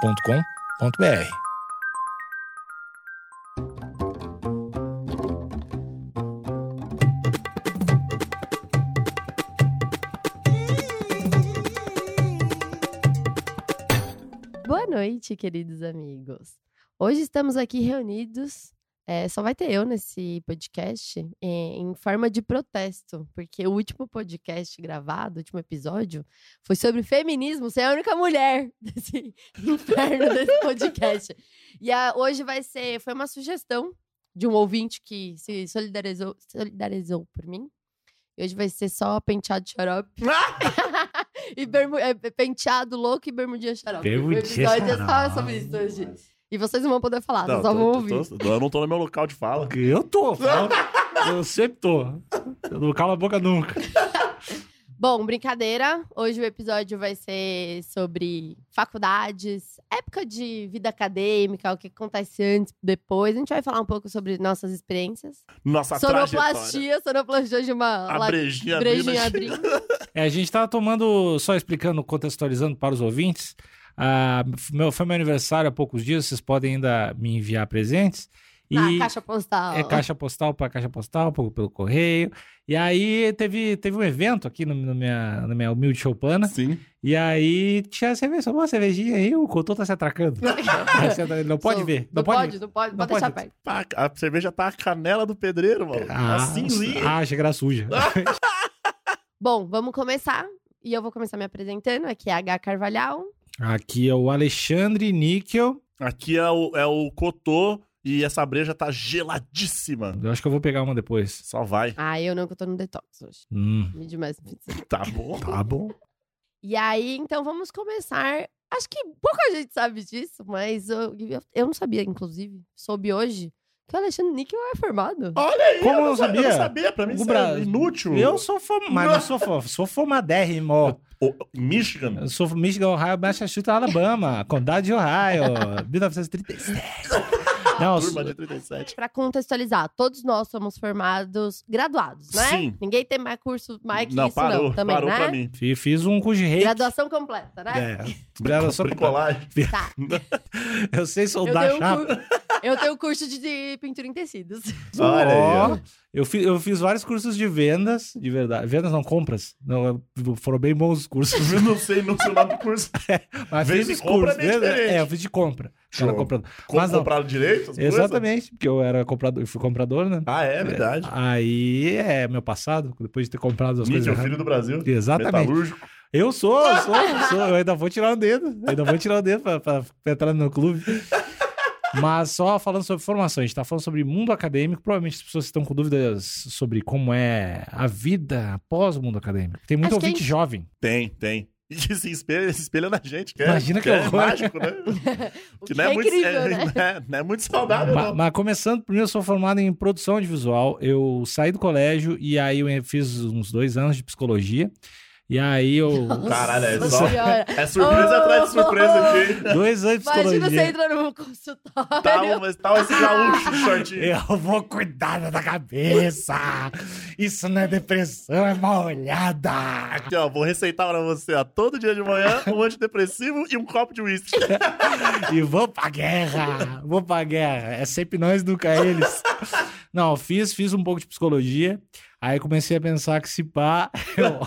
agenciadepodcast.com.br. Boa noite, queridos amigos. Hoje estamos aqui reunidos. é, só vai ter eu nesse podcast é, em forma de protesto, porque o último podcast gravado, o último episódio, foi sobre feminismo. Você é a única mulher desse inferno desse podcast. E a- hoje vai ser. Foi uma sugestão de um ouvinte que se solidarizou, solidarizou por mim. E hoje vai ser só penteado xarope. e bermu- é, penteado louco e bermudinha xarope. o Bermudinha episódio é só sobre isso hoje. E vocês não vão poder falar, vocês Ah, só vão tô- ouvir. tô- tô- eu não tô no meu local de fala. Eu tô. fala- Eu sempre tô. Eu não calo a boca nunca. Bom, brincadeira. Hoje o episódio vai ser sobre faculdades, época de vida acadêmica, o que acontece antes, depois. A gente vai falar um pouco sobre nossas experiências. Nossa trajetória. né? sonoplastia, sonoplastia de uma A la- brejinha brejinha abrindo. abrindo. É, a gente tava tomando, só explicando, contextualizando para os ouvintes. Ah, meu, foi meu aniversário há poucos dias, vocês podem ainda me enviar presentes. E na caixa postal. é caixa postal para caixa postal, pelo, pelo correio. E aí teve, teve um evento aqui no, no minha, na minha humilde choupana. Sim. E aí tinha cerveja, uma cervejinha aí, o Couto tá se atracando. Ele não pode Sou- ver. Não, pode, pode, ver. não pode, Não pode deixar pode. perto. Pá, a cerveja tá a canela do pedreiro, mano. Assim, Ah, Assimzinha. ah, achei que era suja. Bom, vamos começar. E eu vou começar me apresentando. Aqui é a H Carvalhal. Aqui é o Alexandre Níquel. Aqui é o, é o Cotô e essa breja tá geladíssima. Eu acho que eu vou pegar uma depois. Só vai. Ah, eu não, que eu tô no detox hoje. Hum, Me demais. Tá bom. tá bom. E aí, então vamos começar. Acho que pouca gente sabe disso, mas eu, eu- eu não sabia, inclusive. Soube hoje que o Alexandre Níquel é formado. Olha aí. Como eu eu não sa- Eu sabia? não sabia, pra mim O isso Bra- é inútil. Eu sou formado, eu sou, fo- sou formadérrimo. ó. O- Michigan. Eu sou Michigan, Ohio, Massachusetts, Alabama, Condado de Ohio, 1937. Não, eu Turma sou- de 37. Pra contextualizar, todos nós somos formados graduados, né? Sim. Ninguém tem mais curso mais que não, isso, parou. não. Também, parou né? pra mim. fi- fiz um curso de reiki. Graduação completa, né? É, graduação- Bricolagem. Tá. Eu sei Eu soldar tenho, chapa. um cur- eu tenho um curso de, de pintura em tecidos. Olha aí, ó. Ó, eu, fi- eu fiz vários cursos de vendas, de verdade. Vendas não, compras. Não, foram bem bons os cursos. Eu não sei, não sei o nome do curso. Mas Venda fiz os e compra cursos. é bem venda- diferente. É, eu fiz de compra. Cara Show. comprando. Como Mas não. compraram direito? as né? coisas? Exatamente, porque eu era comprador, eu fui comprador, né? Ah, é verdade. Aí é meu passado, depois de ter comprado as coisas. Mídia, o erradas. filho do Brasil. Exatamente. Metalúrgico. Eu sou, eu sou, eu sou. Eu ainda vou tirar o dedo. Ainda vou tirar o dedo pra, pra- pra entrar no meu clube. Mas só falando sobre formação, a gente tá falando sobre mundo acadêmico. Provavelmente as pessoas estão com dúvidas sobre como é a vida após o mundo acadêmico. Tem muito Acho que é a ouvinte gente- jovem. Tem, tem. E que se espelha, se espelha na gente. Que é- Imagina que é horror. mágico, né? O que, Que não é, é, muito, incrível, é- né? não é- não é muito saudável, Ma- não. Mas começando, primeiro eu sou formado em produção audiovisual. Eu saí do colégio e aí eu fiz uns dois anos de psicologia. E aí eu. Caralho, é Nossa só- Senhora. É Oh, surpresa atrás de surpresa aqui. Dois anos de Imagina você psicologia. entrando num consultório. Tava, mas tava esse gaúcho shortinho. Eu vou cuidar da cabeça. Isso não é depressão, é mal olhada. Aqui, ó, vou receitar pra você, ó, todo dia de manhã, um antidepressivo e um copo de uísque. E vou pra guerra. Vou pra guerra. É sempre nós, nunca eles. Não, fiz, fiz um pouco de psicologia. Aí comecei a pensar que se pá, eu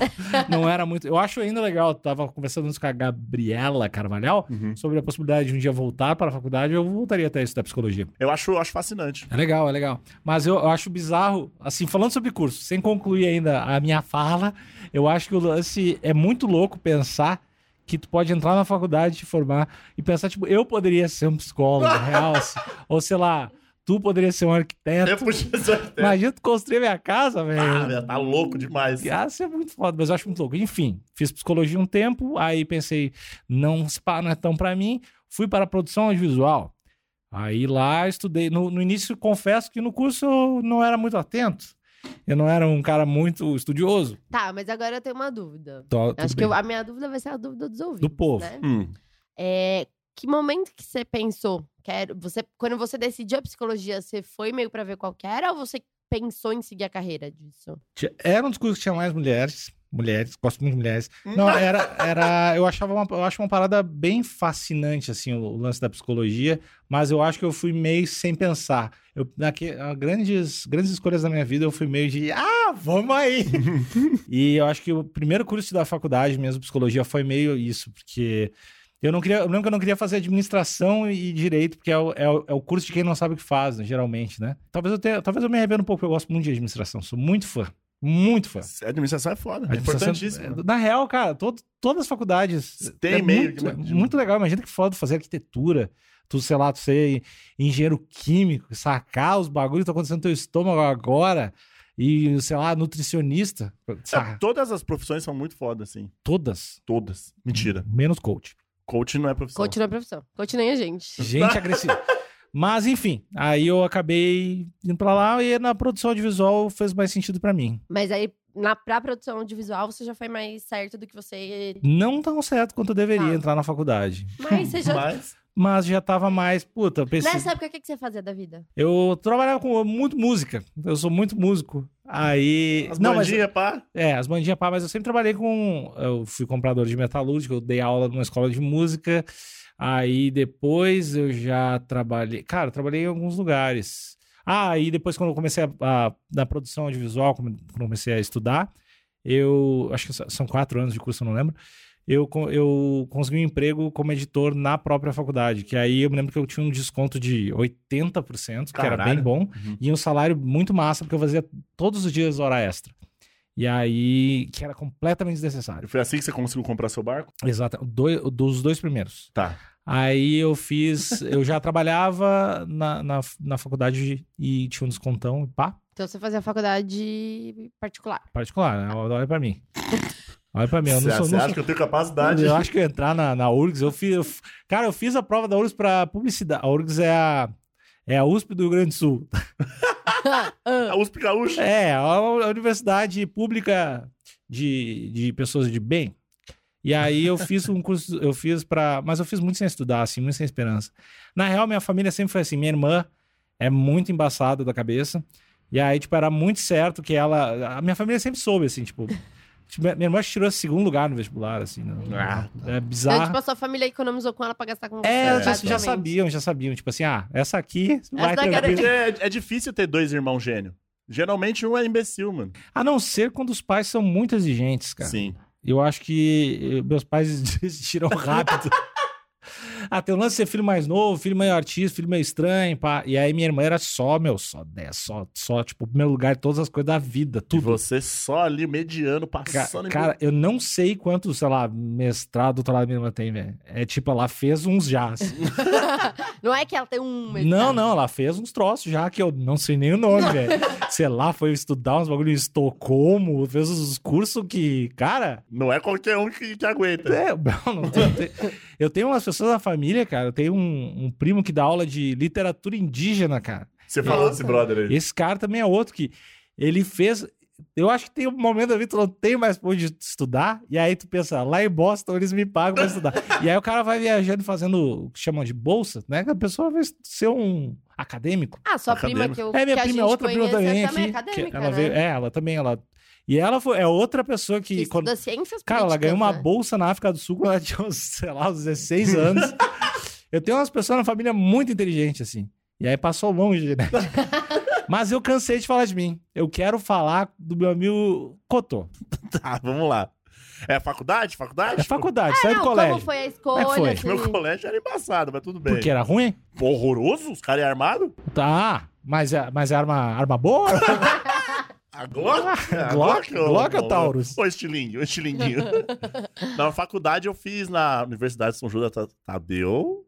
não era muito. Eu acho ainda legal. eu Tava conversando antes com a Gabriela Carvalhal sobre a possibilidade de um dia voltar para a faculdade. Eu voltaria até estudar psicologia. Eu acho, eu acho fascinante. É legal, é legal. Mas eu, eu acho bizarro, assim, falando sobre curso, sem concluir ainda a minha fala, eu acho que o lance é muito louco pensar que tu pode entrar na faculdade, te formar e pensar, tipo, eu poderia ser um psicólogo real, assim, ou sei lá, tu poderia ser um arquiteto. Eu podia ser arquiteto. Imagina tu construir minha casa, Ah, velho. velho, tá louco demais. Ah, isso é muito foda, mas eu acho muito louco. Enfim, fiz psicologia um tempo, aí pensei, não, se pá, não é tão pra mim. Fui para a produção audiovisual. Aí lá estudei. No, no início, confesso que no curso eu não era muito atento. Eu não era um cara muito estudioso. Tá, mas agora eu tenho uma dúvida. Tô- tudo Acho que bem. eu- a minha dúvida vai ser a dúvida dos ouvintes. Do povo. né? Hum. É, que momento que você pensou? Quero, você, quando você decidiu a psicologia, você foi meio pra ver qual que era ou você pensou em seguir a carreira disso? Tinha- Era um dos cursos que tinha mais mulheres. mulheres, gosto muito de mulheres. Não, era, era eu achava uma, eu acho uma parada bem fascinante assim o, o lance da psicologia, mas eu acho que eu fui meio sem pensar. Eu daqui, a grandes grandes escolhas da minha vida eu fui meio de ah, vamos aí. e eu acho que o primeiro curso da faculdade mesmo psicologia foi meio isso, porque eu não queria, eu lembro que eu não queria fazer administração e direito, porque é o, é o, é o curso de quem não sabe o que faz, né, geralmente, né? Talvez eu tenha, talvez eu me arrependa um pouco, porque eu gosto muito de administração, sou muito fã, muito fã. Administração é foda. É Administração- importantíssimo. Na real, cara, todo- todas as faculdades. Tem é meio muito, que- é muito legal. Imagina que foda fazer arquitetura. Tu, sei lá, tu ser engenheiro químico, sacar os bagulhos que estão acontecendo no teu estômago agora. E, sei lá, nutricionista. Saca? Todas as profissões são muito foda, assim. Todas. Todas. Mentira. Menos coach. Coach não é profissão. Continua a profissão. Continue a gente. Gente agressiva. Mas, enfim, aí eu acabei indo pra lá e na produção audiovisual fez mais sentido pra mim. Mas aí, na, pra produção audiovisual, você já foi mais certo do que você. Não tão certo quanto eu deveria Ah. Tá. entrar na faculdade. Mas é, você já. Mas Mas já tava mais, puta, eu pensei. Nessa época, o que que você fazia da vida? Eu trabalhava com muito música. Eu sou muito músico. Aí. as não, mas- bandinhas, pá. é, as bandinhas pá, mas eu sempre trabalhei com. Eu fui comprador de metalúrgica, eu dei aula numa escola de música. Aí depois eu já trabalhei. Cara, eu trabalhei em alguns lugares. Ah, aí depois, quando eu comecei a, a, na produção audiovisual, quando eu comecei a estudar, eu. Acho que são- são quatro anos de curso, eu não lembro. Eu, co- eu consegui um emprego como editor na própria faculdade. Que aí eu me lembro que eu tinha um desconto de 80%, que era Caralho. bem bom Uhum. e um salário muito massa, porque eu fazia todos os dias hora extra. E aí, que era completamente desnecessário. Foi assim que você conseguiu comprar seu barco? Exato, dois, dos dois primeiros. Tá. Aí eu fiz, eu já trabalhava na, na, na faculdade e tinha um descontão, e pá, Então você fazia faculdade particular. particular, né? Olha pra mim. Olha pra mim, eu não sou... Você Não acha sou que eu tenho capacidade? eu acho que eu ia entrar na, na URGS, eu fiz... eu f- cara, eu fiz a prova da URGS pra publicidade. A URGS é a, é a USP do Rio Grande do Sul. Ah, A USP Gaúcha. É, a a universidade pública de, de pessoas de bem. E aí eu fiz um curso, eu fiz pra. Mas eu fiz muito sem estudar, assim, muito sem esperança. Na real, minha família sempre foi assim. Minha irmã é muito embaçada da cabeça. E aí, tipo, era muito certo que ela. A minha família sempre soube, assim, tipo. tipo, Minha irmã tirou segundo lugar no vestibular, assim. né? Ah, É Então, bizarro. tipo, a sua família economizou com ela pra gastar com você. é, já, já basicamente. sabiam, já sabiam. Tipo assim, ah, essa aqui vai daqui era Cara, tranquilo. é, é difícil ter dois irmãos gênio. Geralmente um é imbecil, mano. A não ser quando os pais são muito exigentes, cara. Sim. Eu acho que eh, meus pais desistiram rápido. ah, tem o lance de ser filho mais novo, filho meio artista, filho meio estranho, pá. E aí minha irmã era só, meu, só 10, só, só, tipo, primeiro lugar, em todas as coisas da vida, E tudo. você só ali, mediano, Ca- passando... em- cara, eu não sei quanto, sei lá, mestrado, doutorado minha irmã tem, velho. É tipo, ela fez uns já. assim. Não é que ela tem um. não, não, ela fez uns troços já, que eu não sei nem o nome, velho. Sei lá, foi estudar uns bagulho em Estocolmo, fez uns cursos que, cara... Não é qualquer um que, que aguenta. É, não, não tem- tem- eu tenho umas pessoas na família, cara. Eu tenho um, um primo que dá aula de literatura indígena, cara. Você falou Nossa. desse brother aí. Esse cara também é outro que ele fez. Eu acho que tem um momento da vida que tu não tem mais pra onde estudar, e aí tu pensa, lá em Boston eles me pagam pra estudar. e aí o cara vai viajando e fazendo o que chamam de bolsa, né? Que A pessoa vai ser um acadêmico. Ah, sua prima Acadêmico. que eu. É, minha que a prima é gente outra prima conhece, também ela aqui. é que acadêmica, ela né? veio, é, ela também, ela. E ela foi, é outra pessoa Que que, quando, estuda ciências Cara, ela ganhou uma políticas, né? bolsa na África do Sul quando ela tinha, uns, sei lá, uns 16 anos. eu tenho umas pessoas na família muito inteligentes, assim. E aí passou longe de genética. Mas eu cansei de falar de mim. Eu quero falar do meu amigo Cotô. Tá, vamos lá. É faculdade? Faculdade? É Ah, faculdade, sai do né? Não, colégio. Como foi a Como é que foi? escolha? assim? Meu colégio era embaçado, mas tudo bem. Porque era ruim? Pô, horroroso? Os caras é armado? Tá, mas é, mas é arma, arma boa? A Glock? A Ah, Glock? ô, Glock ou ô, Taurus? Ô, estilingue, ô, estilinguinho. na faculdade eu fiz na Universidade de São Judas Ta- Tadeu.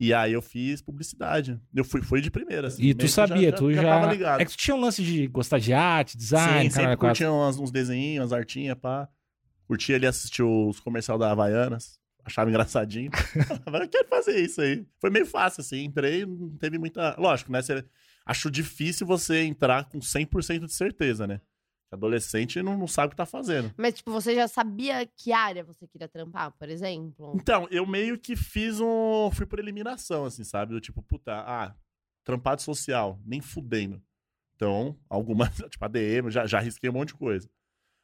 E aí eu fiz publicidade. Eu fui, fui de primeira, assim. E meio que tu eu sabia, tu já... tava ligado. É que tu tinha um lance de gostar de arte, Sim, design, sempre cara, curtia umas- uns desenhinhos, umas artinhas, pá. Curtia ali assistir os comercial da Havaianas. Achava engraçadinho. Mas eu quero fazer isso aí. Foi meio fácil, assim. Entrei, não teve muita. Lógico, né? Você... Acho difícil você entrar com 100% de certeza, né? Adolescente não, não sabe o que tá fazendo. Mas, tipo, você já sabia que área você queria trampar, por exemplo? Então, eu meio que fiz um. Fui por eliminação, assim, sabe? Do tipo, puta, ah, trampado social, nem fudendo. Então, algumas, tipo, ADM, já, já arrisquei um monte de coisa.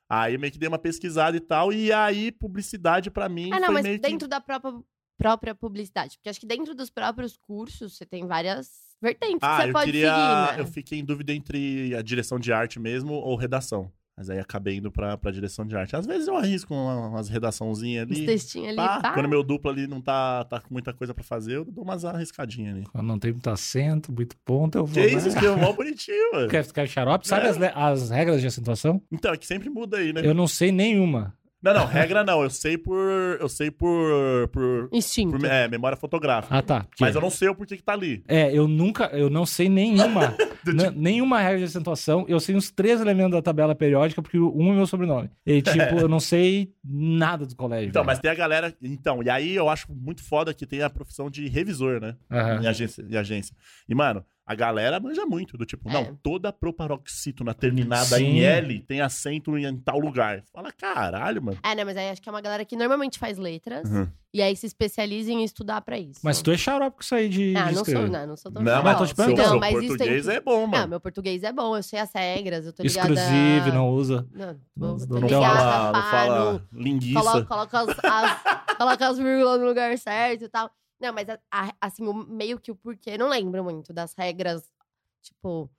Aí eu meio que dei uma pesquisada e tal, e aí publicidade pra mim Ah, não, foi mas meio que- dentro da própria, própria publicidade. Porque acho que dentro dos próprios cursos você tem várias vertentes que Ah, você eu pode queria. seguir, né? Eu fiquei em dúvida entre a direção de arte mesmo ou redação. Mas aí acabei indo pra, pra direção de arte. Às vezes eu arrisco uma- umas redaçãozinhas Os ali. textinhos ali, pá, pá. Quando meu duplo ali não tá, tá com muita coisa pra fazer, eu dou umas arriscadinhas ali. Quando não tem muito acento, muito ponto, eu vou. Que isso, né? que é mó bonitinho, mano. Quer, quer xarope? Sabe É. as, le- as regras de acentuação? Então, é que sempre muda aí, né? Eu não sei nenhuma. Não, não, regra não. Eu sei por. Eu sei por. por, Instinto. por- é, memória fotográfica. Ah, tá. porque- Mas eu não sei o porquê que tá ali. É, eu nunca, eu não sei nenhuma, Tipo- na- nenhuma regra de acentuação. Eu sei uns três elementos da tabela periódica, porque um é meu sobrenome. E, tipo, eu não sei nada do colégio. Então, velho. mas tem a galera. Então, e aí eu acho muito foda que tem a profissão de revisor, né? Aham. Em agência. em agência. E, mano, a galera manja muito. Do tipo, É. não, toda proparoxítona terminada Sim. em L tem acento em tal lugar. Fala, caralho, mano. É, não, mas aí acho que é uma galera que normalmente faz letras Uhum. e aí se especializa em estudar pra isso. Mas tu é xarope com isso aí de, Ah, de não sou, escrever. não, não sou tão Não, mas tô xarope. te perguntando. Não, seu mas isso tem português que- é bom, Não, mano. meu português é bom, eu sei as regras, eu tô ligada... Exclusive, né? não usa. Não, Não- tô, não ligada, fala, não pá, no- fala linguiça. Colo- Coloca, as, as- coloca as vírgulas no lugar certo e tal. Não, mas a- a- assim, o- meio que o porquê, não lembro muito das regras. Tipo,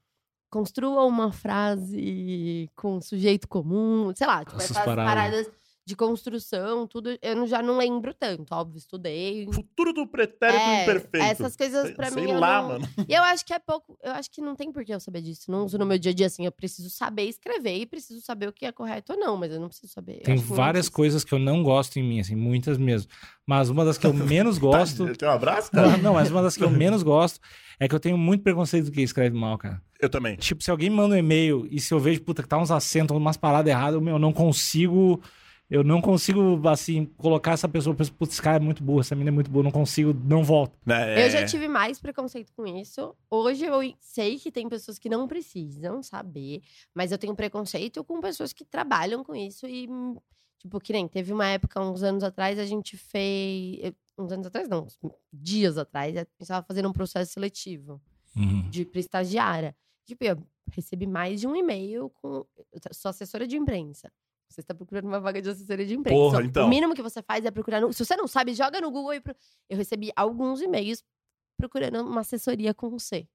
construa uma frase com sujeito comum, sei lá, tipo, Essas essas paradas. paradas. de construção, tudo. Eu não- já não lembro tanto, óbvio, estudei. Futuro do pretérito É, imperfeito. Essas coisas pra Sei mim. eu lá, não- mano. E eu acho que é pouco. Eu acho que não tem por que eu saber disso. Não uso no meu dia a dia assim. Eu preciso saber escrever e preciso saber o que é correto ou não, mas eu não preciso saber. eu Tem acho que não várias preciso. coisas que eu não gosto em mim, assim, muitas mesmo. Mas uma das que eu menos gosto. Tem um abraço, cara? não, não, mas uma das que eu menos gosto é que eu tenho muito preconceito do que escreve mal, cara. Eu também. Tipo, se alguém manda um e-mail e se eu vejo, puta, que tá uns acentos, umas paradas erradas, meu, eu não consigo. Eu não consigo, assim, colocar essa pessoa. eu penso, Putz, esse cara é muito burro, essa mina é muito burra, eu não consigo, não volto. Né, Eu já é. tive mais preconceito com isso. Hoje eu sei que tem pessoas que não precisam saber, mas eu tenho preconceito com pessoas que trabalham com isso e hum, tipo que nem teve uma época uns anos atrás a gente fez eu- uns anos atrás não, uns dias atrás a gente estava fazendo um processo seletivo Uhum. de pra estagiária. Tipo, eu recebi mais de um e-mail com eu ta- sou assessora de imprensa. Você está procurando uma vaga de assessoria de imprensa. Porra, Ó, então. O mínimo que você faz é procurar. no- Se você não sabe, joga no Google e pro- Eu recebi alguns e-mails procurando uma assessoria com C.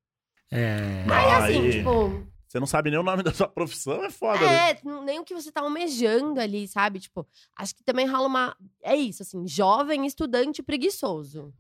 É. Mas- Aí, assim, Aí. tipo, Você não sabe nem o nome da sua profissão, é foda, né? é, n- nem o que você tá almejando ali, sabe? Tipo, acho que também rola uma. É isso, assim, jovem estudante preguiçoso.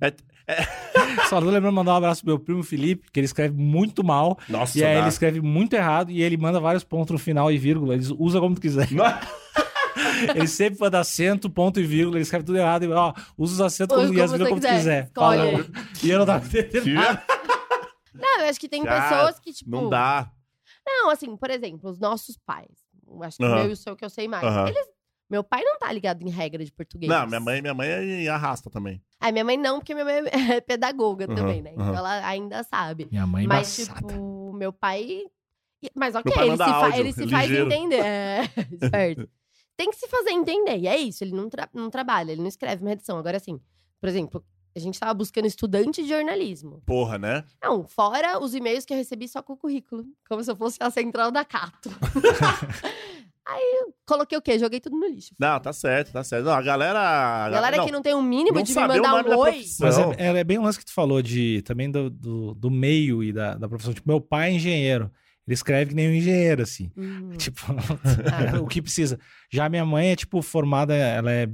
Só tô lembrando de mandar um abraço pro meu primo Felipe, que ele escreve muito mal. Nossa, E aí dá. ele escreve muito errado e ele manda vários pontos no final e vírgula. Ele usa como tu quiser. Nossa, Ele sempre manda acento, ponto e vírgula. Ele escreve tudo errado. E, ó, usa os acentos Ou como, e as vírgulas como tu quiser. Escolhe. Falou. E eu não tava entendendo. que- Não, eu acho que tem Cara, pessoas que, tipo. Não dá. Não, assim, por exemplo, os nossos pais. Eu Acho que Aham. o meu e o seu que eu sei mais. Aham. Eles- meu pai não tá ligado em regra de português. Não, minha mãe, minha mãe é- arrasta também. Ah, minha mãe não, porque minha mãe é pedagoga Aham, também, né? Então aham. ela ainda sabe. Minha mãe Mas, É embaçada. tipo, meu pai. e- Mas ok, Meu pai ele se, manda fa- áudio, ele se faz ligeiro. entender. É, esperto. Tem que se fazer entender. E é isso, ele não, tra- não trabalha, ele não escreve uma edição. Agora, assim, por exemplo, a gente tava buscando estudante de jornalismo. Porra, né? Não, fora os e-mails que eu recebi só com o currículo. Como se eu fosse a central da Cato. Aí eu coloquei o quê? Joguei tudo no lixo. Não, tá certo, tá certo. Não, a galera. a Galera Ah, não, que não tem o mínimo não de me saber o mandar nome um da oi. profissão. Mas Não. é, é- é bem o lance que tu falou de também do, do, do meio e da, da profissão. Tipo, meu pai é engenheiro. Ele escreve que nem um engenheiro, assim. Hum, Tipo, Ah. o que precisa. Já minha mãe é, tipo, formada, ela é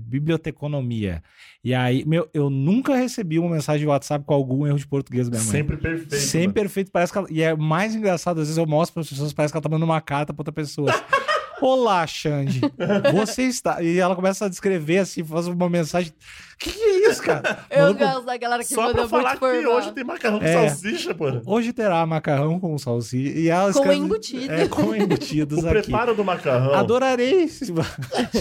biblioteconomia. E aí, meu, eu nunca recebi uma mensagem de WhatsApp com algum erro de português da minha mãe. Sempre perfeito. né? Sem perfeito, parece que ela... E é mais engraçado, às vezes eu mostro para as pessoas, parece que ela tá mandando uma carta para outra pessoa. assim, Olá, Xande. Você está. E ela começa a descrever assim, faz uma mensagem. Que que é isso, cara? Eu Mandou- gosto da galera que Só manda pra falar muito que formal. hoje tem macarrão com É. salsicha, pô. Hoje terá macarrão com salsicha. E ela Com escreve- embutido. É, com embutidos O aqui. preparo do macarrão. Adorarei se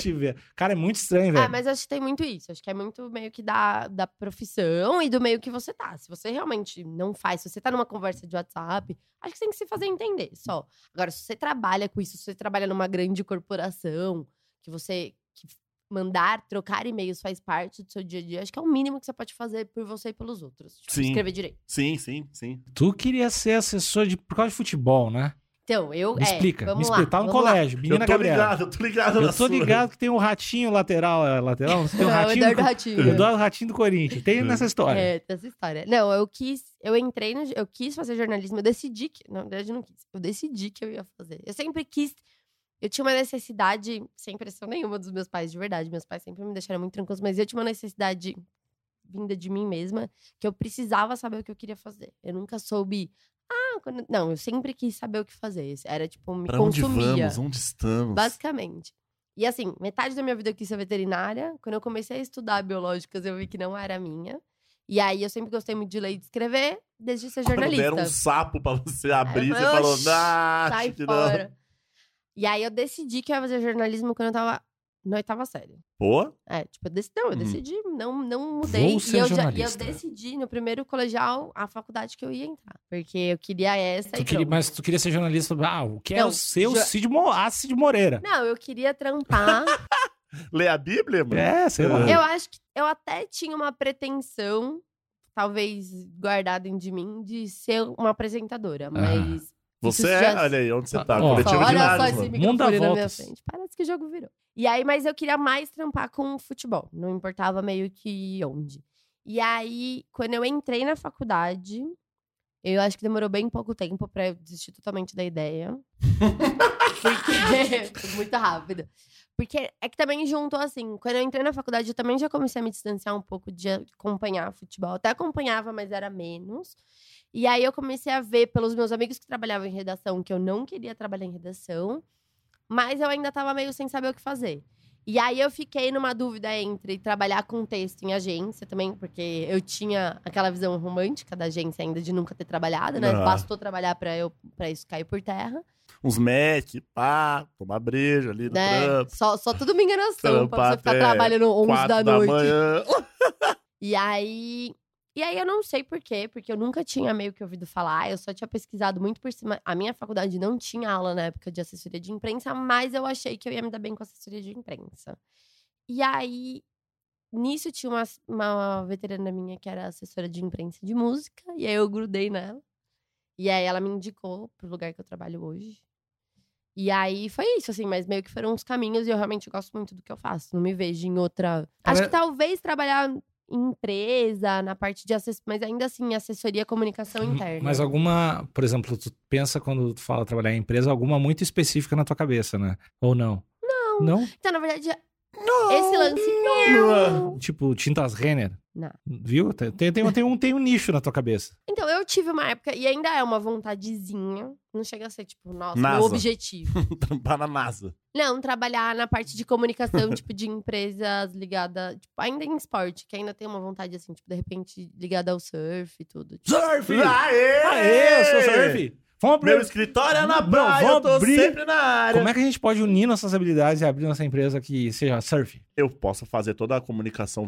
te ver. Cara, é muito estranho, velho. Ah, mas acho que tem muito isso. Acho que é muito meio que da, da profissão e do meio que você tá. Se você realmente não faz, se você tá numa conversa de WhatsApp, acho que você tem que se fazer entender só. Agora, se você trabalha com isso, se você trabalha numa grande corporação, que você que mandar, trocar e-mails faz parte do seu dia a dia, acho que é o mínimo que você pode fazer por você e pelos outros. Tipo, Sim. escrever direito. Sim, sim, sim. Tu queria ser assessor de por causa de futebol, né? Então, eu. Me é, explica, me vamos lá, explica. Tá no vamos lá. colégio, menina eu tô Gabriela. ligado, eu tô ligado Eu na tô sua. ligado que tem um ratinho lateral, é lateral? Não, sei, tem um Não, é ratinho. o Eduardo do... Ratinho. Eduardo Ratinho do Corinthians. Tem nessa história. É, dessa história. Não, eu quis, eu entrei no, eu quis fazer jornalismo, eu decidi que, na verdade eu não quis, eu decidi que eu ia fazer. Eu sempre quis, eu tinha uma necessidade, sem pressão nenhuma dos meus pais, de verdade, meus pais sempre me deixaram muito tranquilos, mas eu tinha uma necessidade vinda de mim mesma, que eu precisava saber o que eu queria fazer. Eu nunca soube, ah, quando- não, eu sempre quis saber o que fazer, era tipo, me Pra onde consumia. vamos? Onde estamos? Basicamente. E assim, metade da minha vida eu quis ser veterinária. Quando eu comecei a estudar biológicas, eu vi que não era minha. E aí eu sempre gostei muito de ler e de escrever, desde ser Quando jornalista. deram um sapo pra você abrir, eu você falei, falou, "Oxi, nah, Sai né? acho que não." fora. E aí eu decidi que eu ia fazer jornalismo quando eu tava na oitava série. Pô, É, tipo, eu decidi, não, eu Hum. decidi, não, não mudei. Vou ser e eu, já- e eu jornalista. decidi no primeiro colegial a faculdade que eu ia entrar. Porque eu queria essa Tu e queria- pronto. mas tu queria ser jornalista. Ah, o que é então. Não, o seu jo- Cid, Mo... ah, Cid Moreira? Não, eu queria trampar lê a Bíblia, mano? É, sei lá. Ah. Eu acho que eu até tinha uma pretensão, talvez guardada em de mim, de ser uma apresentadora, mas. Ah. Você isso é, já- olha aí, onde você tá, Ó, coletivo Só, de olha nada, só mano. esse Mundo dá microfone na minha voltas. frente. Parece que o jogo virou. E aí, mas eu queria mais trampar com o futebol. Não importava meio que onde. E aí, quando eu entrei na faculdade, eu acho que demorou bem pouco tempo pra eu desistir totalmente da ideia. Porque. Foi muito rápido. Porque é que também juntou assim, quando eu entrei na faculdade, eu também já comecei a me distanciar um pouco de acompanhar futebol. Até acompanhava, mas era menos. E aí eu comecei a ver pelos meus amigos que trabalhavam em redação que eu não queria trabalhar em redação, mas eu ainda tava meio sem saber o que fazer. E aí eu fiquei numa dúvida entre trabalhar com texto em agência também, porque eu tinha aquela visão romântica da agência ainda de nunca ter trabalhado, né? Ah. Bastou trabalhar pra eu para isso cair por terra Uns Mac, pá, tomar breja ali no né? trampo, Só, só tudo uma enganação pra Trampar você ficar até trabalhando 11 quatro da noite. manhã. e aí. E aí eu não sei por quê, porque eu nunca tinha meio que ouvido falar, eu só tinha pesquisado muito por cima. A minha faculdade não tinha aula na época de assessoria de imprensa, mas eu achei que eu ia me dar bem com assessoria de imprensa. E aí, nisso tinha uma, uma veterana minha que era assessora de imprensa de música, e aí eu grudei nela. E aí ela me indicou pro lugar que eu trabalho hoje. E aí foi isso, assim, mas meio que foram uns caminhos e eu realmente gosto muito do que eu faço. Não me vejo em outra. Acho que talvez trabalhar em empresa, na parte de assessoria, mas ainda assim, assessoria comunicação interna. Mas alguma, por exemplo, tu pensa quando tu fala trabalhar em empresa, alguma muito específica na tua cabeça, né? Ou não? Não. Não? Então, na verdade, esse lance. Ah, Tipo, tintas Renner? Não. Viu? Tem, tem, tem, tem um, tem um nicho na tua cabeça. Então, eu tive uma época, e ainda é uma vontadezinha. Não chega a ser, tipo, nossa, NASA. meu objetivo. Trampar na NASA. Não, trabalhar na parte de comunicação, tipo, de empresas ligada, tipo, ainda em esporte, que ainda tem uma vontade, assim, tipo, de repente, ligada ao surf e tudo. Tipo, é? Surf! Aê! Aê, eu sou surf! Vamos Meu abrir. escritório é na Não, praia, eu vamos tô abrir. sempre na área. Como é que a gente pode unir nossas habilidades e abrir nossa empresa que seja surf? Eu posso fazer toda a comunicação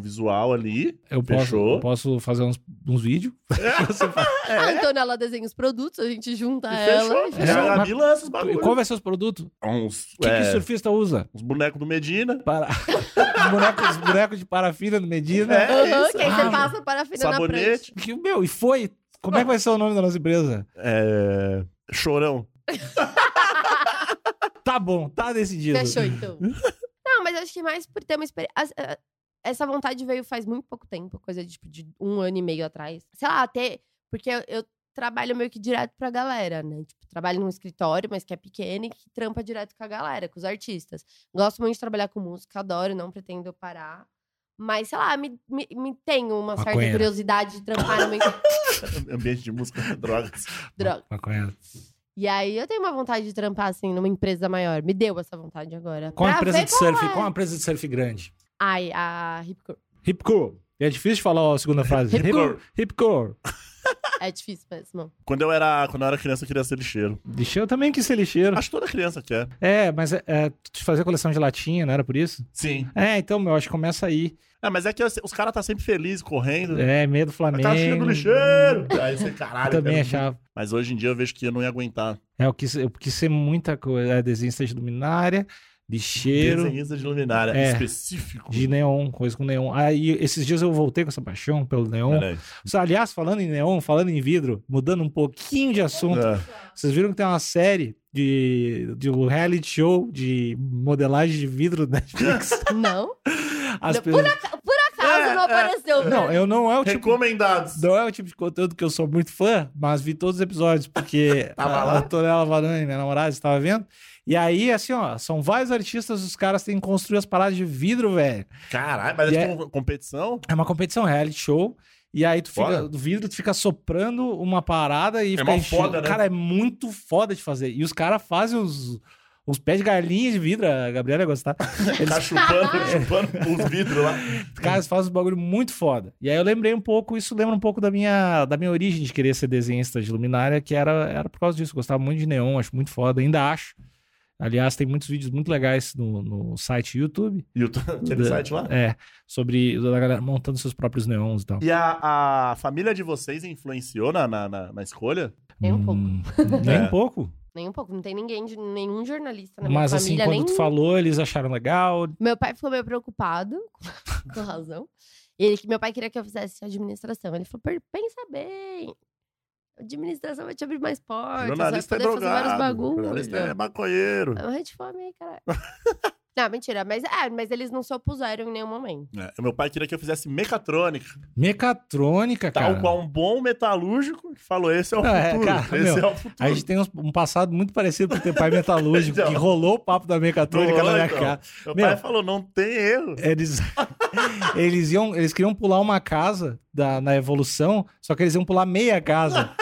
visual ali. É, Eu posso, Fechou. eu posso fazer uns, uns vídeos. A Antonella Ah, então desenha os produtos, a gente junta E ela. fechou. É, e fechou. Já me lança os bagulhos. Qual vai ser os produtos? O Uns, que, é, que surfista usa? uns bonecos do Medina. Para... os, bonecos, os bonecos de parafina do Medina. É, Aham, isso. que aí você Ah. passa para afinar na frente. Sabonete. Que, meu, e foi. Como é que vai ser o nome da nossa empresa? É, chorão. Tá bom, tá decidido. Fechou, então. Não, mas acho que mais por ter uma experiência. Essa vontade veio faz muito pouco tempo, coisa de, tipo, de um ano e meio atrás. Sei lá, até. Porque eu, eu trabalho meio que direto pra galera, né? Tipo, trabalho num escritório, mas que é pequeno e que trampa direto com a galera, com os artistas. Gosto muito de trabalhar com música, adoro, não pretendo parar. Mas, sei lá, me, me, me tenho uma certa Maconheira. curiosidade de trampar no meio Ambiente de música, drogas. droga. Maconheiro. E aí eu tenho uma vontade de trampar, assim, numa empresa maior. Me deu essa vontade agora. Qual a Pra empresa ver de surf? é. Qual a empresa de surf grande? Ai, a Hipcor. Hipco. É difícil de falar a segunda frase. Hipcore. Hip- Hipcore. É difícil mesmo. Quando eu era, quando eu era criança, eu queria ser lixeiro. Lixeiro também quis ser lixeiro. Acho que toda criança quer. É, mas é, é, tu fazia coleção de latinha, não era por isso? Sim. É, então, meu, acho que começa aí. É, mas é que os caras tá sempre felizes, correndo. É, medo do A Flamengo. caixinha do tá lixeiro. Aí você, Eu caralho. também quero- achava. Mas hoje em dia eu vejo que eu não ia aguentar. É, eu quis, eu quis ser muita coisa. É, desenhista de luminária. de cheiro, Desenhista de luminária É. específico. de neon, coisa com neon. Aí esses dias eu voltei com essa paixão pelo neon. Peraí. Aliás, falando em neon, falando em vidro, mudando um pouquinho de assunto, Ah, vocês viram que tem uma série de, de um reality show de modelagem de vidro da Netflix? Não? As Não, pessoas- por, aca- por acaso É, não é. apareceu. né? Não, eu não é o tipo Recomendados. Não é o tipo de conteúdo que eu sou muito fã, mas vi todos os episódios, porque Tava a, lá? a Antonella Varane, minha namorada, estava vendo. E aí, assim, ó, são vários artistas, os caras têm que construir as paradas de vidro, velho. Caralho, mas E é tipo competição? É uma competição reality show. E aí tu fica, Foda. do vidro, tu fica soprando uma parada e fica mó enchendo. foda, né? Cara, é muito foda de fazer. E os caras fazem os, os pés de galinha de vidro, a Gabriela tá? ia gostar. Eles Ficar chupando, chupando os vidros lá. Cara, você faz um bagulho muito foda. E aí eu lembrei um pouco, isso lembra um pouco da minha, da minha origem de querer ser desenhista de luminária, que era, era por causa disso. Eu gostava muito de neon, acho muito foda, ainda acho. Aliás, tem muitos vídeos muito legais no, no site YouTube. E o aquele Da- site lá. É, sobre da galera montando seus próprios neons e tal. E a, a família de vocês influenciou na, na, na- na escolha? Nem um pouco. Hum, nem É. um pouco. Nem um pouco. Não tem ninguém, de- nenhum jornalista na minha Mas assim, família. quando nem... tu falou, eles acharam legal. Meu pai ficou meio preocupado, com razão. Ele, meu pai queria que eu fizesse administração. Ele falou, "Per- pensa bem. Administração vai te abrir mais portas, jornalista é vai poder fazer drogado. vários né? bagulhos. jornalista é maconheiro. Eu morri de fome aí, caralho. não, mentira. Mas, é, mas eles não se opuseram em nenhum momento. É, Meu pai queria que eu fizesse mecatrônica. Mecatrônica, cara. Tal qual um bom metalúrgico que falou: esse é o Não, é, futuro. cara, esse meu, é o futuro. A gente tem uns- um passado muito parecido pro teu pai metalúrgico, Então. que rolou o papo da mecatrônica na Rolou, minha então. cara. Meu, meu. pai falou: não tem erro. Eles, eles iam, eles queriam pular uma casa da, na evolução, só que eles iam pular meia casa.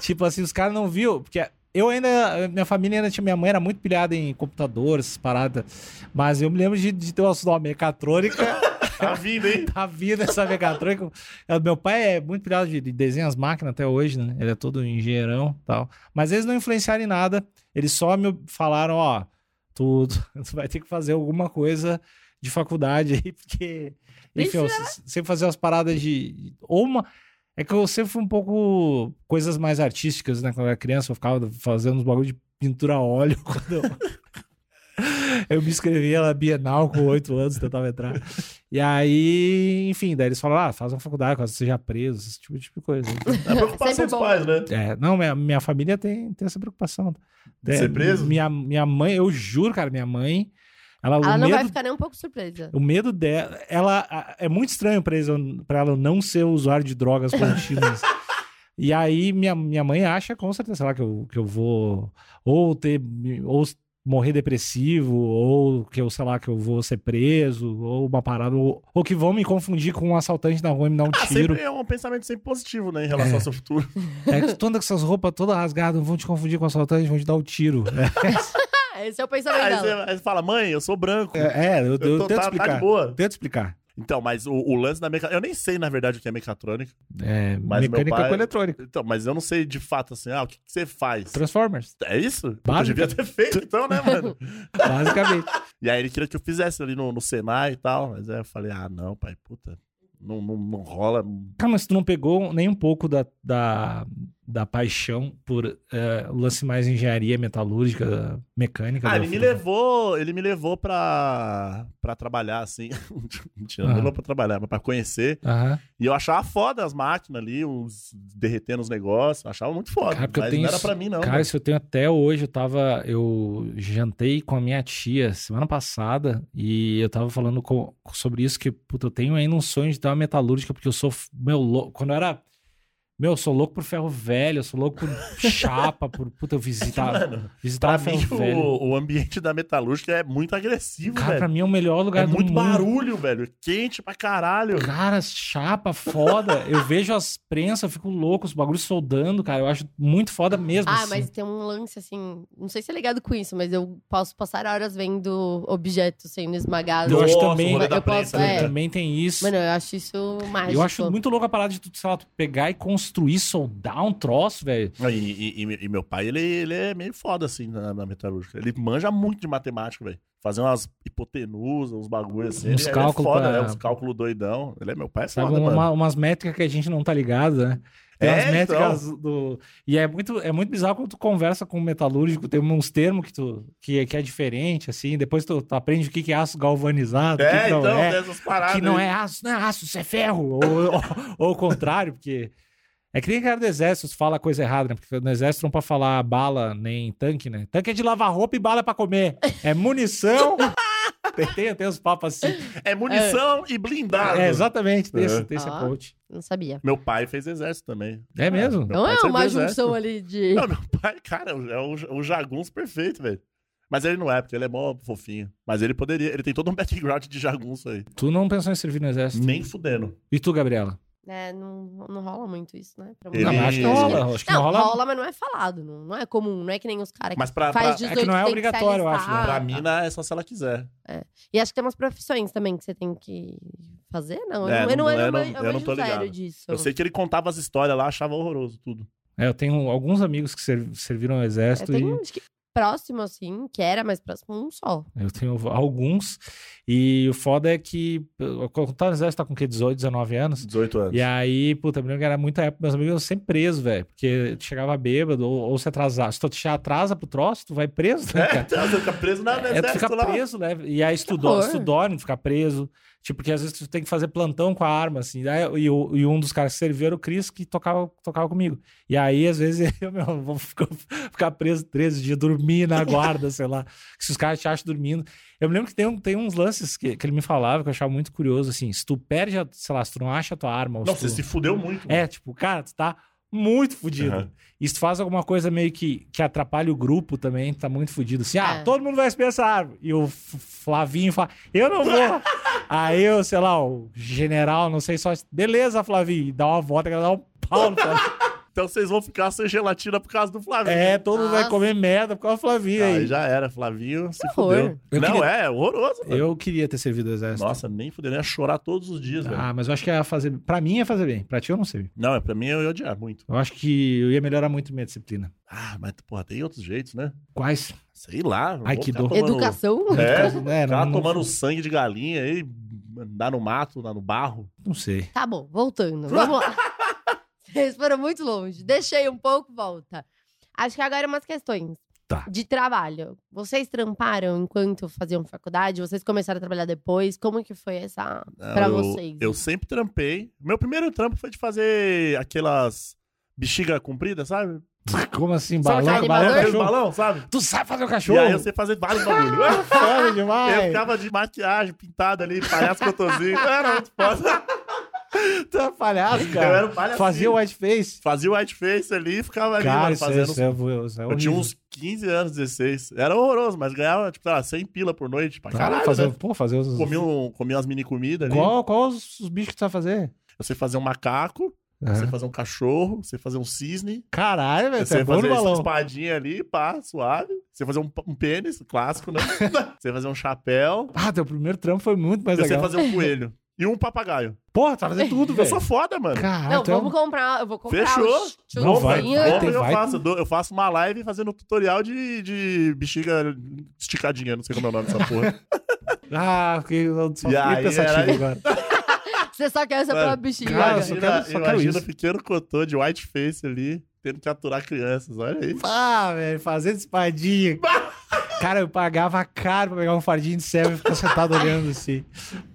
tipo assim, os caras não viu, porque eu ainda, minha família ainda tinha, minha mãe era muito pilhada em computador, essas paradas, mas eu me lembro de, de ter o assunto, ó, mecatrônica, Tá vindo, hein? a vida essa mecatrônica. Eh, Meu pai é muito pilhado de, de desenhar as máquinas até hoje, né? Ele é todo engenheirão e tal, mas eles não influenciaram em nada, eles só me falaram, ó, tu, tu vai ter que fazer alguma coisa de faculdade aí, porque. Enfim, eu se- sempre fazia umas paradas de. Ou uma. É que eu sempre fui um pouco. coisas mais artísticas, né? Quando eu era criança, eu ficava fazendo uns bagulho de pintura a óleo. Quando eu, eu me inscrevia na Bienal com oito anos, tentava entrar. E aí, enfim, daí eles falaram: ah, faz uma faculdade, caso você seja preso, esse tipo, tipo de coisa. É a preocupação Sempre dos bom. pais, né? É, não, minha, minha família tem, tem essa preocupação. De ser É, preso? Minha, minha mãe, eu juro, cara, minha mãe. Ela, Ela o não medo vai ficar nem um pouco surpresa. o medo dela. Ela a- é muito estranho pra, eles, pra ela não ser usuário de drogas contínuas. e aí, minha, minha mãe acha com certeza sei lá, que, eu, que eu vou ou ter. ou s- morrer depressivo, ou que eu, sei lá, que eu vou ser preso, ou uma parada, ou, ou que vão me confundir com um assaltante na rua e me dar um Ah, tiro. sempre é um pensamento sempre positivo, né? Em relação ao seu futuro. É que tu anda com essas roupas todas rasgadas, vão te confundir com um assaltante, vão te dar o tiro. Ah, esse é o pensamento Aí dela. você, aí você fala: mãe, eu sou branco. É, é, eu, eu, eu tô, tento tá, tá explicar. de boa. eu tento explicar. Então, mas o, o lance da mecatrônica. Eu nem sei, na verdade, o que é mecatrônica. É, Mas meu mecânica pai- com eletrônica. Então, mas eu não sei de fato assim, ah, o que, que você faz? Transformers, É isso? Básica. Eu devia ter feito, então, né, mano? basicamente. e aí ele queria que eu fizesse ali no, no Senai e tal. Mas aí eu falei, ah, não, pai, puta. Não, não, não rola. Cara, mas tu não pegou nem um pouco da, da, da paixão por eh, o lance mais engenharia metalúrgica, mecânica? Ah, da- ele me levou, ele me levou pra, pra trabalhar, assim. Mentira, Ah. não me levou pra trabalhar, mas pra conhecer. Aham. E eu achava foda as máquinas ali, os derretendo os negócios. eu Achava muito foda. Cara, porque eu Então, mas tenho não era isso- pra mim, não. Cara, isso eu tenho até hoje. Eu tava. Eu jantei com a minha tia semana passada e eu tava falando com- sobre isso. Que, puta, eu tenho ainda um sonho de ter uma metalúrgica, porque eu sou. f- Meu, louco. Quando eu era. Meu, eu sou louco por ferro velho, eu sou louco por chapa, por. Puta, eu visitava. Mano, pra Visitava mim, ferro tá velho. o, o ambiente da metalúrgica é muito agressivo, Cara, pra velho. mim é o melhor lugar É do muito mundo. barulho, velho. Quente pra caralho. Cara, chapa foda. Eu vejo as prensas, eu fico louco, os bagulhos soldando, cara. Eu acho muito foda mesmo. Ah, assim. mas tem um lance assim. Não sei se é ligado com isso, mas eu posso passar horas vendo objetos sendo esmagados. Eu acho Nossa, o também- rolê da Eu posso- prensa, é. né? Também tem isso. Mano, eu acho isso mágico. eu acho muito louco a parada de tu, sei lá, tu pegar e construir, soldar um troço, velho. Ah, E, e- e- e meu pai, ele, ele é meio foda, assim, na, na metalúrgica. Ele manja muito de matemática, velho. Fazer umas hipotenusas, uns bagulhos assim. Uns ele, cálculo ele é foda, pra- né? Uns cálculos doidão. Ele é meu pai, é Sabe? foda, Uma- mano. umas métricas que a gente não tá ligado, né? Tem É, as métricas do. E é muito, é muito bizarro quando tu conversa com um metalúrgico, tem uns termos que, tu, que, que é diferente, assim. Depois tu, tu aprende o que que é aço galvanizado. o que É, que não então, é, dessas paradas. que não aí. é aço, não é aço, isso é ferro. Ou, ou, ou o contrário, porque. É que nem cara do exército se fala coisa errada, né? Porque no exército não pra falar bala nem tanque, né? Tanque é de lavar roupa e bala é pra comer. É munição. tem, tem, tem uns papos assim. É munição e blindado. É, exatamente, tem esse, É. tem esse Ah. approach. Não sabia. Meu pai fez exército também. É mesmo? Meu Não pai é serviu uma exército. junção ali de. Não, meu pai, cara, é o, o jagunço perfeito, velho. Mas ele não é, porque ele é mó fofinho. Mas ele poderia, ele tem todo um background de jagunço aí. Tu não pensou em servir no exército? Nem fudendo. E tu, Gabriela? É, não, não rola muito isso, né? Pra Ele- Não, mulher. mas acho que rola. Acho que Não, rola... rola. mas não é falado. Não, não é comum. Não é que nem os caras que Mas pra, pra, faz é 18 que não é tem se obrigatório, eu acho, né? alistar. pra mina é só se ela quiser. E acho que tem umas profissões também que você tem que fazer, não. Eu É, não, eu não- não, eu eu não, não- manjo- eu eu não manjo tô zero ligado. disso. Eu sei que ele contava as histórias lá, achava horroroso tudo. É, eu tenho alguns amigos que ser- serviram no Eu exército tenho, acho que próximo, assim, que era mais próximo, um só. e eu tenho alguns. E o foda é que. eu- eu- Tá no exército, tá com o quê? 18, 19 anos? 18 anos. E aí, puta, eu me lembro que era muita época, meus amigos eram sempre presos, velho. Porque tu chegava bêbado ou, ou se atrasava. Se tu te atrasa pro troço, tu vai preso, né, É, cara? então, você fica preso na no É, tu exército fica lá. preso, né? E aí, se tu, Que do, horror. se tu dorme, tu fica preso. Tipo, porque às vezes tu tem que fazer plantão com a arma, assim. E, aí, e o- e um dos caras que serviu era o Cris, que tocava, tocava comigo. E aí, às vezes, eu, meu, vou ficar, ficar preso 13 dias, dormir na guarda, sei lá. Se os caras te acham dormindo. Eu me lembro que tem, um- tem uns lances que, que ele me falava que eu achava muito curioso, assim. Se tu perde, a, sei lá, se tu não acha a tua arma. ou Não, se você tu- se fudeu muito. É, tipo, cara, tu tá muito fudido. Aham. E se tu faz alguma coisa meio que, que atrapalha o grupo também, tu tá muito fudido. Assim, ah, É. todo mundo vai subir essa árvore. E o F- Flavinho fala, eu não vou. Aí eu, sei lá, o general, não sei só. Beleza, Flavinho. E Dá uma volta, que ela dá um pau no Flavinho. Então vocês vão ficar sem gelatina por causa do Flavinho. É, todo mundo vai Nossa. comer merda por causa do Flavinho. Aí aí. Ah, já era, Flavinho se horror. fudeu. Eu não, queria- é, é horroroso. mano. Eu queria ter servido o exército. Nossa, nem fudendo, eu ia chorar todos os dias, velho. Ah, mas eu acho que ia fazer. Pra mim ia fazer bem. Pra ti eu não sei. Não, é pra mim eu ia odiar muito. Eu acho que eu ia melhorar muito minha disciplina. Ah, mas porra, tem outros jeitos, né? Quais? Sei lá. Ai, que dor. Educação? É, É, Tá não, não, tomando sangue de galinha aí, andar no mato, andar no barro. não sei. Tá bom, voltando. Vamos lá. Vocês foram muito longe. Deixei um pouco, volta. Acho que agora é umas questões. Tá. De trabalho. Vocês tramparam enquanto faziam faculdade? Vocês começaram a trabalhar depois? Como que foi essa. Pra eu, vocês. Eu sempre trampei. Meu primeiro trampo foi de fazer aquelas bexiga comprida, sabe? Como assim, Sabe balão? aquele balão, balão? Aqueles cachorro? balão, sabe? Tu sabe fazer o E cachorro? aí eu sei fazer vários bagulhos. Foda Eu demais. ficava de maquiagem, pintado ali, palhaço cotozinho. Era muito foda. Tu é palhaço, Eu cara. era um palhaço. Fazia o white face. Fazia o whiteface ali e ficava ali, Cara, mano, isso, é- fazendo isso é, vo- isso é Eu tinha horrível. uns 15 anos, 16. Era horroroso, mas ganhava, tipo, sei lá, 100 pila por noite. Pra Tá, caralho, fazer, né? Pô, fazer os... Comia, um- comia umas mini comidas ali. Qual, qual os, os bichos que tu sabe fazer? Ah. Eu sei fazer um macaco, eu sei fazer um cachorro, eu sei fazer um cisne. Caralho, Eu velho. Tu sei é bom no fazer essa balão. espadinha ali, pá, suave. Eu Sei fazer um, p- um pênis, clássico, né? Eu sei fazer um chapéu. Ah, teu primeiro trampo foi muito mais Eu sei legal. fazer um coelho. E um papagaio. Porra, tu sabe fazer tudo, Eu velho. sou foda, mano. Caralho, não, tu é um- vamos comprar. Eu vou comprar. Fechou. os Não, vai, tiozinhos. vai. Compra ter- e eu faço. Eu dou- Eu faço uma live fazendo tutorial de, de bexiga esticadinha. Não sei como é o nome dessa porra. Ah, porque eu só E fiquei aí, pensativo era- agora. Você só quer essa Mano, própria bexiga. cara, né? só imagina, quero- só quero imagina isso. o pequeno cotô de whiteface ali, tendo que aturar crianças, olha aí. Ah, velho, fazendo espadinha. Cara, eu pagava caro pra pegar um fardinho de serva e ficar sentado olhando assim.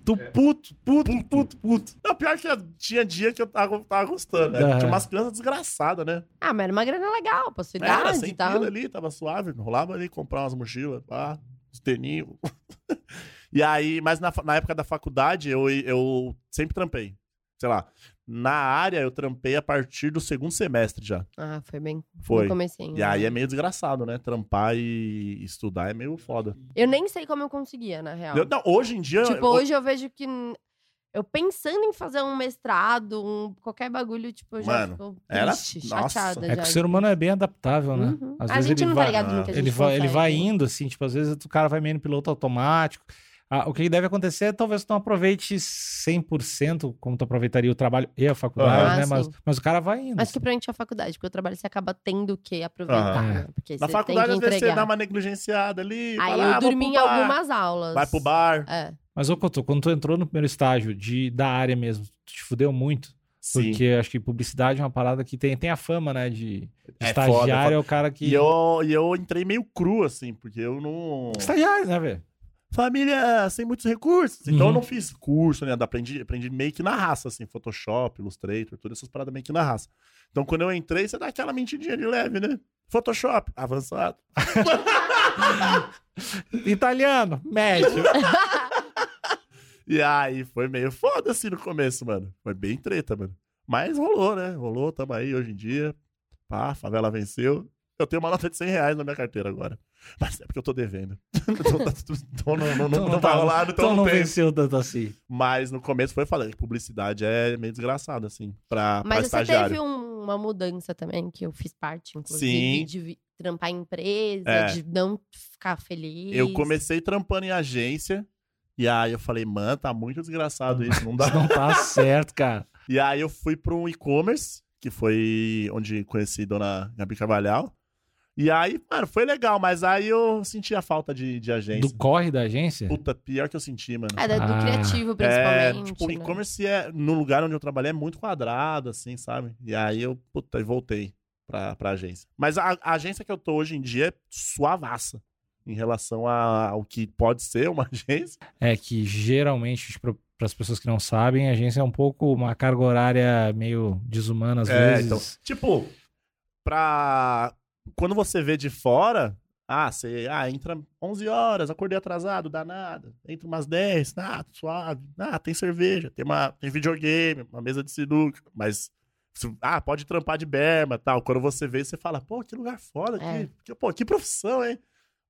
Tu puto, puto, puto, puto. Não, pior que tinha dia que eu tava, tava gostando, né? Aham. Tinha umas crianças desgraçadas, né? Ah, mas era uma grana legal, pra sua É, Era, né? idade sem e tal. pila ali, tava suave, rolava ali, comprar umas mochilas, pá, uns teninhos. e aí, mas na, fa- na época da faculdade, eu, eu sempre trampei, sei lá. Na área, eu trampei a partir do segundo semestre já, Ah, foi bem. foi. No comecinho. E aí é meio desgraçado, né? Trampar e estudar é meio foda. Eu nem sei como eu conseguia, na real. Eu- não, hoje em dia... Então. Tipo, eu- hoje eu vejo que. n- Eu pensando em fazer um mestrado, um, qualquer bagulho, tipo, eu já Mano, fico era- triste, nossa. chateada É já. que o ser humano é bem adaptável, né? Uhum. Às a vezes gente ele não né? vai, tá ligado no que a gente ele vai, ele consegue. vai indo, assim, tipo, às vezes o cara vai meio no piloto automático. Ah, o que deve acontecer é talvez tu não aproveite 100% como tu aproveitaria o trabalho e a faculdade, Ah, né? sim. Mas, mas o cara vai indo. assim. Acho que pra gente é a faculdade, porque o trabalho você acaba tendo que aproveitar, Aham. né? Porque Na você faculdade, tem às que vezes, você entregar. dá uma negligenciada ali. Aí fala, "Ah, eu vou dormi em pro bar." algumas aulas. Vai pro bar. É. Mas, ô Couto, quando tu entrou no primeiro estágio de, da área mesmo, tu te fudeu muito? Sim. Porque acho que publicidade é uma parada que tem, tem a fama, né? De de É estagiário foda, é foda. é o cara que. E eu, e eu entrei meio cru, assim, porque eu não. Estagiário, né, velho? Família é, sem muitos recursos. Então Uhum. eu não fiz curso, né? Aprendi, aprendi meio que na raça, assim, Photoshop, Illustrator, todas essas paradas meio que na raça. Então quando eu entrei, você dá aquela mentidinha de leve, né? Photoshop, avançado. Italiano, médio. E aí foi meio foda assim no começo, mano. Foi bem treta, mano. Mas rolou, né? Rolou, tamo aí hoje em dia. Pá, a favela venceu. Eu tenho uma nota de 100 reais na minha carteira agora. Mas é porque eu tô devendo. então não, não, não, Então não, não tá tá- rolado, então então não não tem. venceu tanto assim. Mas no começo foi falando que publicidade é meio desgraçado, assim, pra, pra Mas você estagiário. teve um- uma mudança também, que eu fiz parte, inclusive, Sim. de vi- trampar em empresa, É. de não ficar feliz. Eu comecei trampando em agência. E aí eu falei, mano, tá muito desgraçado isso, não dá. Isso não tá certo, cara. E aí eu fui para um e-commerce, que foi onde conheci Dona Gabi Carvalhal. E aí, mano, foi legal, mas aí eu senti a falta de, de agência. Do corre da agência? Puta, pior que eu senti, mano. É, da- do Ah. criativo, É, principalmente. tipo, o né? e-commerce é, no lugar onde eu trabalhei é muito quadrado, assim, sabe? E aí eu, puta, e voltei pra, pra agência. Mas a, a agência que eu tô hoje em dia é suavaça em relação a- ao que pode ser uma agência. É que geralmente, para as pessoas que não sabem, a agência é um pouco uma carga horária meio desumana às é, vezes. então, tipo, pra... Quando você vê de fora, ah, você ah, entra 11 horas, acordei atrasado, danado. Entra umas 10, ah, suave. Ah, tem cerveja, tem, uma, tem videogame, uma mesa de sinuca, mas... se- Ah, pode trampar de berma tal. Quando você vê, você fala, pô, que lugar foda, É. que, que- pô, que profissão, hein?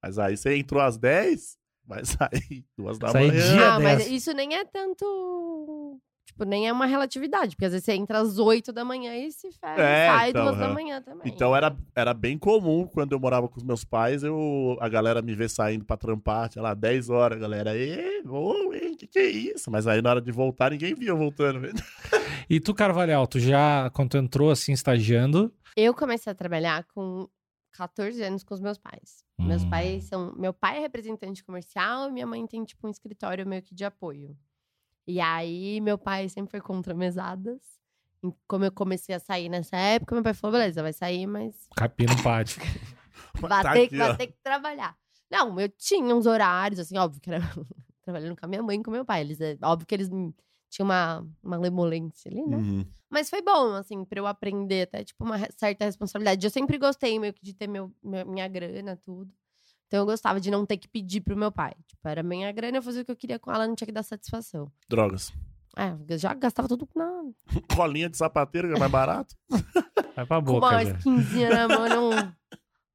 Mas aí você entrou às 10, vai sair duas da Sai manhã. é dia Ah, mas dessa. isso nem é tanto. Tipo, nem é uma relatividade, porque às vezes você entra às 8 da manhã e se fecha, É, sai então, duas da é. manhã também. Então era, era bem comum quando eu morava com os meus pais, eu, a galera me ver saindo pra trampar, sei lá, 10 horas, a galera, ê, ô, hein, que que é isso? Mas aí na hora de voltar, ninguém via eu voltando. velho. E tu, Carvalhal, tu já, quando tu entrou assim, estagiando, Eu comecei a trabalhar com 14 anos com os meus pais. Meus Hum. pais são. Meu pai é representante comercial e minha mãe tem, tipo, um escritório meio que de apoio. E aí, meu pai sempre foi contra mesadas. E Como eu comecei a sair nessa época, meu pai falou: beleza, vai sair, mas capim no pátio. Vai, Tá ter, aqui, vai ó. ter que trabalhar. Não, eu tinha uns horários, assim, óbvio que era trabalhando com a minha mãe e com meu pai. Eles, é, óbvio que eles hum, tinham uma, uma lemolência ali, né? Uhum. Mas foi bom, assim, pra eu aprender até, tipo, uma re- certa responsabilidade. Eu sempre gostei meio que de ter meu, meu- minha grana, tudo. Então eu gostava de não ter que pedir pro meu pai. Tipo, era minha grana, eu fazia o que eu queria com ela, não tinha que dar satisfação. Drogas. É, eu já gastava tudo na, Colinha de sapateiro, que é mais barato. Vai pra com uma boca, né? velho. skinzinha na mão, não-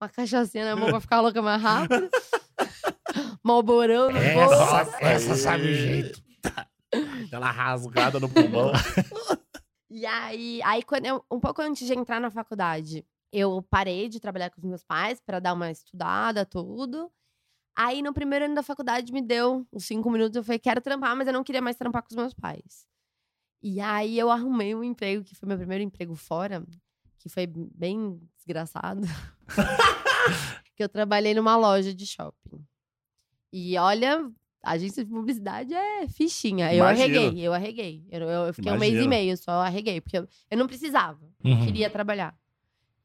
uma cachaçinha na mão pra ficar louca mais rápido. Malborão no É, bolso. essa sabe o jeito. Aquela rasgada no pulmão. E aí, aí quando eu- um pouco antes de entrar na faculdade, eu parei de trabalhar com os meus pais pra dar uma estudada, tudo. Aí no primeiro ano da faculdade me deu uns cinco minutos, eu falei, quero trampar, mas eu não queria mais trampar com os meus pais. E aí eu arrumei um emprego, que foi meu primeiro emprego fora, que foi bem desgraçado. que eu trabalhei numa loja de shopping. E olha, agência de publicidade é fichinha. Eu Imagino. arreguei, eu arreguei. Eu, eu fiquei um mês e Imagino. meio só, arreguei, porque eu, eu não precisava, Uhum. queria trabalhar.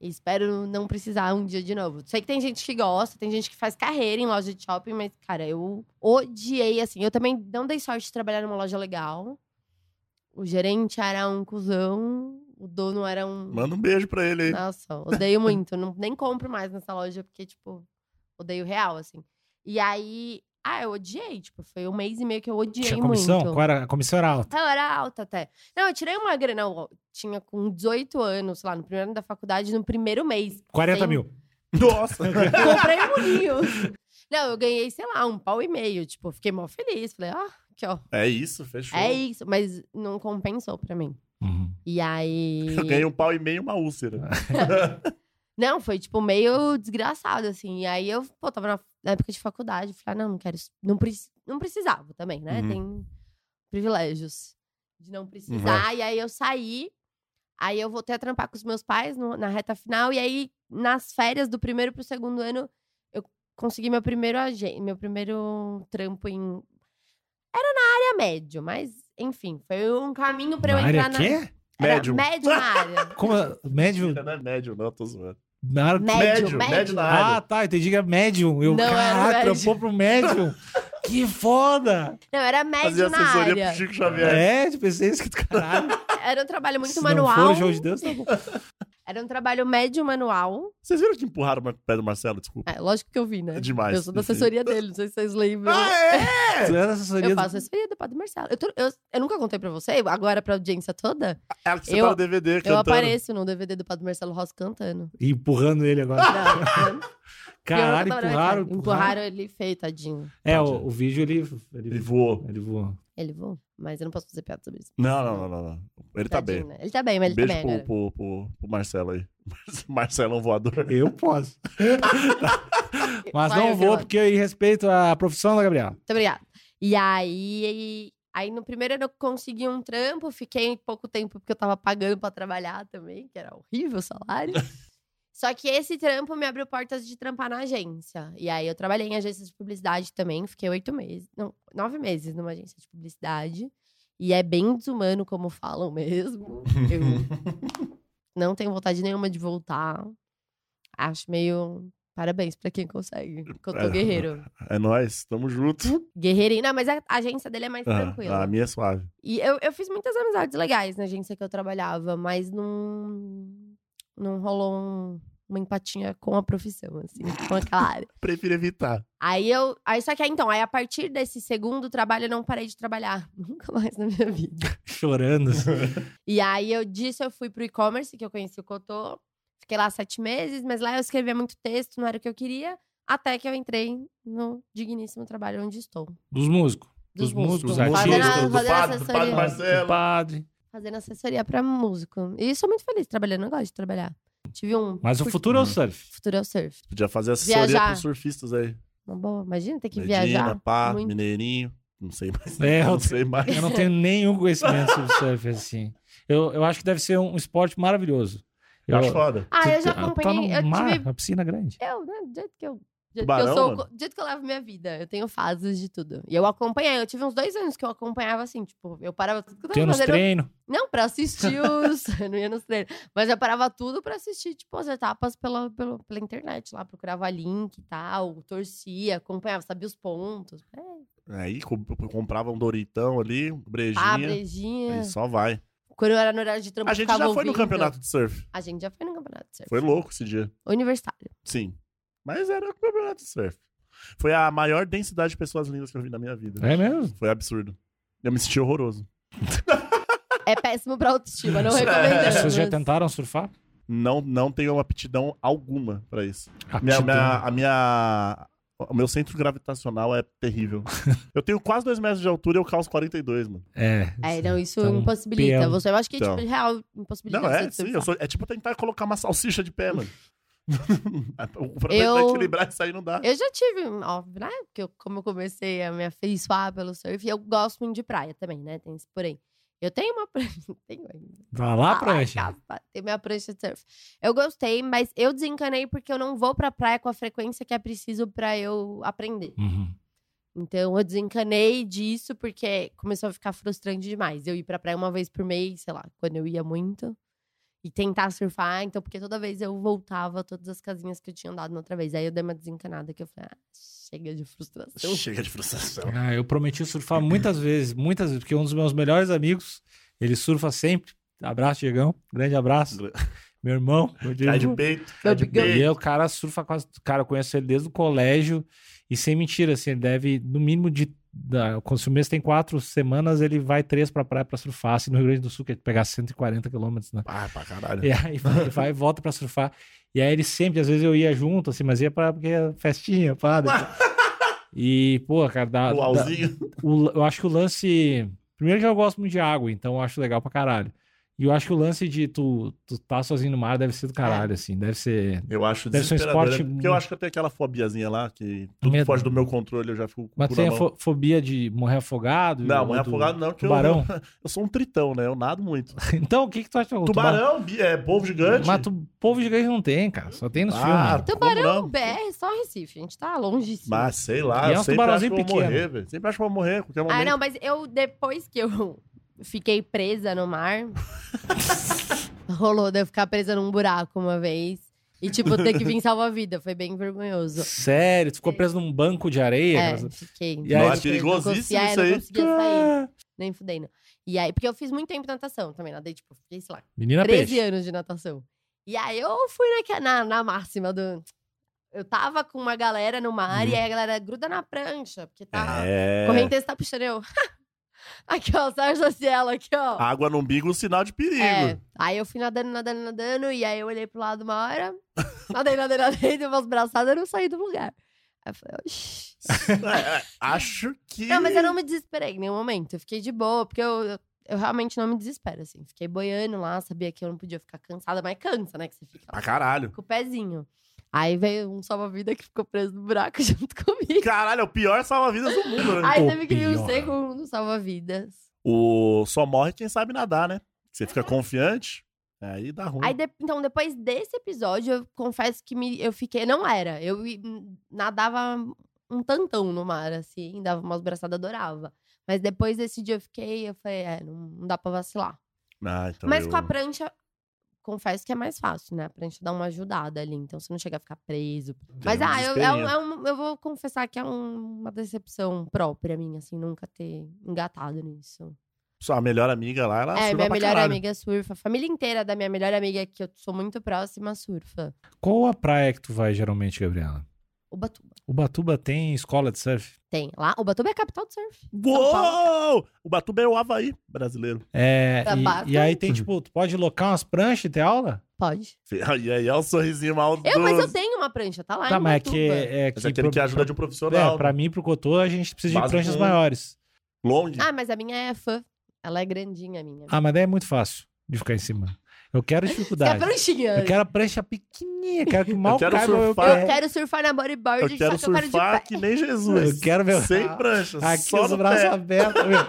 E espero não precisar um dia de novo. Sei que tem gente que gosta, tem gente que faz carreira em loja de shopping, mas, cara, eu odiei, assim. Eu também não dei sorte de trabalhar numa loja legal. O gerente era um cuzão, o dono era um. Manda um beijo pra ele aí. Nossa, odeio muito. Não, nem compro mais nessa loja, porque, tipo, odeio real, assim. E aí. Ah, eu odiei. Tipo, foi um mês e meio que eu odiei Tinha comissão? muito. Qual era? A comissão era alta. Ah, era alta até. Não, eu tirei uma grana. Eu tinha com 18 anos, sei lá, no primeiro ano da faculdade, no primeiro mês. 40 Sem- mil. Nossa! Comprei um murinho. Não, eu ganhei, sei lá, um pau e meio. Tipo, fiquei mó feliz. Falei, ah, aqui, ó. É isso, fechou. É isso. Mas não compensou pra mim. Uhum. E aí. Eu ganhei um pau e meio e uma úlcera. Não, foi, tipo, meio desgraçado, assim. E aí eu, pô, tava na, na época de faculdade. Falei, ah, não, não quero. isso. Não, preci- não precisava também, né? Uhum. Tem privilégios de não precisar. Uhum. E aí eu saí. Aí eu voltei a trampar com os meus pais no- na reta final. E aí, nas férias do primeiro pro segundo ano, eu consegui meu primeiro agen- meu primeiro trampo em. Era na área médio, mas, enfim, foi um caminho pra eu Na área entrar na. quê? Era Médium. médium na área. Como é? médium? Não é médio, não, tô zoando. Nar- Médium, Médio, médium. médio na Ah, área. tá, entendi que é médium. Eu, Não, era caraca, médium. trampou pro médium. que foda! Não, era Fazia médium na assessoria área. pro Chico Xavier. É, tipo, pensei isso que do caralho. Era um trabalho muito Se Não manual. for o João de Deus, tá bom. Era um trabalho médio manual. Vocês viram que empurraram o pé do Marcelo? Desculpa. É, lógico que eu vi, né? É demais. Eu sou da Enfim. assessoria dele, não sei se vocês lembram. É. Tu era da Ah, assessoria Eu do- faço assessoria do Padre Marcelo. Eu, tô- eu- eu nunca contei pra você, agora pra audiência toda, Ela que Eu- separa o DVD eu cantando. apareço no DVD do Padre Marcelo Ross cantando. E empurrando ele agora. Não, Caralho, eu não tava na minha empurraram, cara. empurraram. Empurraram ele feio, tadinho. É, o, o vídeo ele, ele, Ele voou. ele voou. Ele voou, mas eu não posso fazer piada sobre isso. Não, não, não, não. não. Ele tá Tadinho, bem. né? Ele tá bem, mas ele Beijo tá bem pro, agora. pro, pro, pro Marcelo aí. Marcelo é um voador. Eu posso. Mas Vai, não eu vou, quero- porque eu respeito a profissão da Gabriela. Muito obrigada. E aí, aí no primeiro ano eu consegui um trampo, fiquei pouco tempo porque eu tava pagando pra trabalhar também, que era horrível o salário. Só que esse trampo me abriu portas de trampar na agência. E aí eu trabalhei em agência de publicidade também, fiquei oito meses, não, nove meses numa agência de publicidade. E é bem desumano, como falam mesmo. Eu não tenho vontade nenhuma de voltar. Acho meio. Parabéns pra quem consegue. Porque eu tô guerreiro. É nóis, tamo junto. Guerreirinho. Não, mas a agência dele é mais Ah, tranquila. a minha é suave. E eu, eu fiz muitas amizades legais na agência que eu trabalhava, mas não. Não rolou um- uma empatia com a profissão, assim, com aquela área. Prefiro evitar. Aí eu. Aí, só que aí, então, aí a partir desse segundo trabalho eu não parei de trabalhar. Nunca mais na minha vida. Chorando. assim. E aí eu disso eu fui pro e-commerce, que eu conheci o Cotô. Fiquei lá sete meses, mas lá eu escrevia muito texto, não era o que eu queria. Até que eu entrei no digníssimo trabalho onde estou. Dos músicos. Dos Dos músicos, músicos. dos artistas, Fazendo do a- fazendo do assessoria. padre do Marcelo. padre. fazendo assessoria pra músico. E sou muito feliz trabalhando, eu gosto de trabalhar. Tive um Mas o Por- futuro é o surf. futuro é o surf. Podia fazer assessoria Viajar. pros surfistas aí. Uma boa, imagina ter que Medina, viajar. pá, muito. Mineirinho. Não sei mais. É, eu- não sei mais. Eu não tenho nenhum conhecimento sobre surf, assim. Eu, eu acho que deve ser um esporte maravilhoso. Eu acho foda. Ah, eu já Tu- Tá no acompanhei, eu mar, tive... na piscina grande. Eu, né, do jeito que eu... do jeito que Tubarão, eu sou, mano? do jeito que eu levo minha vida, eu tenho fases de tudo. E eu acompanhei, eu tive uns dois anos que eu acompanhava assim, tipo, eu parava tudo que eu tava Tem nos fazendo. treinos. Não, pra assistir os. eu não ia nos treinos. Mas eu parava tudo pra assistir, tipo, as etapas pela, pela, pela internet lá. Procurava link e tal, torcia, acompanhava, sabia os pontos. É, Aí co- comprava um Doritão ali, um pá, brejinha. Ah, brejinha. Aí só vai. Quando eu era no horário de trampo, A eu gente ficava já foi no ouvindo. campeonato de surf. A gente já foi no campeonato de surf. Foi louco esse dia. Universitário. Sim. Mas era o campeonato de surf. Foi a maior densidade de pessoas lindas que eu vi na minha vida. É mesmo? Foi absurdo. Eu me senti horroroso. É péssimo pra autoestima, não É, recomendamos. Vocês já tentaram surfar? Não, não tenho uma aptidão alguma pra isso. Minha, Aptidão. minha- a minha. O meu centro gravitacional é terrível. eu tenho quase 2 metros de altura e eu calço 42, mano. É. É, não, isso Então, impossibilita. pena. Você, eu acho que, Então. tipo, real, impossibilita Não, você é, de sim. surfar. eu sou- é tipo tentar colocar uma salsicha de pé, mano. o problema é Eu- equilibrar isso aí não dá. Eu já tive, óbvio, né? Porque eu, como eu comecei a me afeiçoar pelo surf, eu gosto muito de praia também, né? Tem esse porém. Eu tenho uma prancha. Tenho ainda. Vai Ah, lá, Tá lá em prancha. casa, tá? Tenho minha prancha de surf. Eu gostei, mas eu desencanei porque eu não vou pra praia com a frequência que é preciso pra eu aprender. Uhum. Então eu desencanei disso porque começou a ficar frustrante demais. Eu ir pra praia uma vez por mês, sei lá, quando eu ia muito. E tentar surfar, então, porque toda vez eu voltava todas as casinhas que eu tinha andado na outra vez. Aí eu dei uma desencanada que eu falei, ah, chega de frustração. Chega de frustração. Ah, eu prometi surfar muitas vezes, muitas vezes, porque um dos meus melhores amigos, ele surfa sempre. Abraço, Diegão. Grande abraço. Meu irmão, meu Cai Tá de Diego. peito. Meu Cai de bigão. E peito. aí o cara surfa quase. Cara, eu conheço ele desde o colégio. E sem mentira, assim, ele deve, no mínimo de. Da, quando se o mês tem quatro semanas, ele vai três pra praia pra surfar. Assim, no Rio Grande do Sul, que é pegar 140 quilômetros, né? Ah, pra caralho. E aí vai, vai e volta pra surfar. E aí ele sempre, às vezes eu ia junto, assim, mas ia pra porque era festinha, pá. né? E, pô, cara, dá, O dá- Alzinho. o- eu acho que o lance. Primeiro que eu gosto muito de água, então eu acho legal pra caralho. E eu acho que o lance de tu, tu tá sozinho no mar deve ser do caralho, assim. Deve ser. Eu acho Deve ser um desesperador. esporte né? muito- Porque eu acho que eu tenho aquela fobiazinha lá, que tudo Medo. que foge do meu controle, eu já fico com o Mas cu tem a na mão. fo- fobia de morrer afogado? Não, Ou não é do- afogado não, que eu, Tubarão? eu sou um tritão, né? Eu nado muito. Então, o que que tu acha? O Tubarão, bi- é tubarão- povo gigante. Mas tu, povo gigante não tem, cara. Só tem nos Ah, filmes. Tubarão como não? BR, é, só Recife. A gente tá longe disso. Mas sei E lá, é um eu sempre acho que eu tubarãozinho vou pequeno. morrer, velho. Sempre acho que eu vou morrer, a qualquer momento. Ah, não, mas eu, depois que eu Fiquei presa no mar. Rolou de eu ficar presa num buraco uma vez. E, tipo, ter que vir salva-vida. Foi bem vergonhoso. Sério, tu ficou preso num banco de areia? Então, É, Mas- fiquei. E aí- Nossa, perigosíssimo conseguia- isso é, aí. Não conseguia sair. Nem fudei, não. E aí, porque eu fiz muito tempo natação também. Nadei, tipo, fiquei, sei lá, Menina 13 é peixe. anos de natação. E aí eu fui naque- na, na máxima do. Eu tava com uma galera no mar Uhum. e aí a galera gruda na prancha, porque Ah. tá. É. Correnteza tá puxando eu. aqui, ó, Sérgio Cielo, aqui, ó. Água no umbigo, sinal de perigo. É. Aí eu fui nadando, nadando, nadando, e aí eu olhei pro lado uma hora. Nadei, nadei, nadei, dei umas braçadas e não saí do lugar. Aí eu falei, oxi. É, é, Acho que. Não, mas eu não me desesperei em nenhum momento. Eu fiquei de boa, porque eu, eu, eu realmente não me desespero, assim. Fiquei boiando lá, sabia que eu não podia ficar cansada, mas cansa, né? Que você fica Pra lá Ah, caralho. com o pezinho. Aí veio um salva-vida que ficou preso no buraco junto comigo. Caralho, é o pior salva-vidas do mundo, né? Aí o teve que vir um pior. segundo salva-vidas. O... Só morre quem sabe nadar, né? Você fica confiante, aí dá ruim. Aí, de- então, depois desse episódio, eu confesso que me, eu fiquei. Não era. Eu i- nadava um tantão no mar, assim, dava umas braçadas, adorava. Mas depois desse dia eu fiquei, eu falei, é, não, não dá pra vacilar. Ah, então Mas eu- com a prancha, confesso que é mais fácil, né? A prancha dá uma ajudada ali, então você não chega a ficar preso. Mas, um ah, eu, é um- desesperinho. é um- eu vou confessar que é um- uma decepção própria minha, assim, nunca ter engatado nisso. Sua melhor amiga lá, ela é, Ah, surfa minha pra melhor caralho. amiga surfa. A família inteira da minha melhor amiga, que eu sou muito próxima, surfa. Qual a praia que tu vai geralmente, Gabriela? Ubatuba. Ubatuba tem escola de surf? Tem. Lá, Ubatuba é a capital do surf. Uou! O Batuba é o Havaí brasileiro. É, Tá e- basta. e, aí tem, tipo, tu pode locar umas pranchas e ter aula? Pode. E aí, olha o sorrisinho maldoso. Eu, mas eu tenho uma prancha, tá lá tá, em mas é Ubatuba. que... É Mas que é aquele pro- que ajuda de um É, profissional. pra mim, pro Cotô, a gente precisa de Básico. né? pranchas maiores. Long. Ah, mas a minha é fã. Ela é grandinha, a minha. Ah, mas daí é muito fácil de ficar em cima. Eu quero Você é dificuldade. pranchinha. Eu quero a prancha pequenininha, quero que mal quero caiba o meu surfar. pé. Eu quero surfar na bodyboard, eu só quero que eu quero de surfar pé. que nem Jesus. Eu quero ver- Sem prancha, Aqui só os no braços pé. abertos. meu.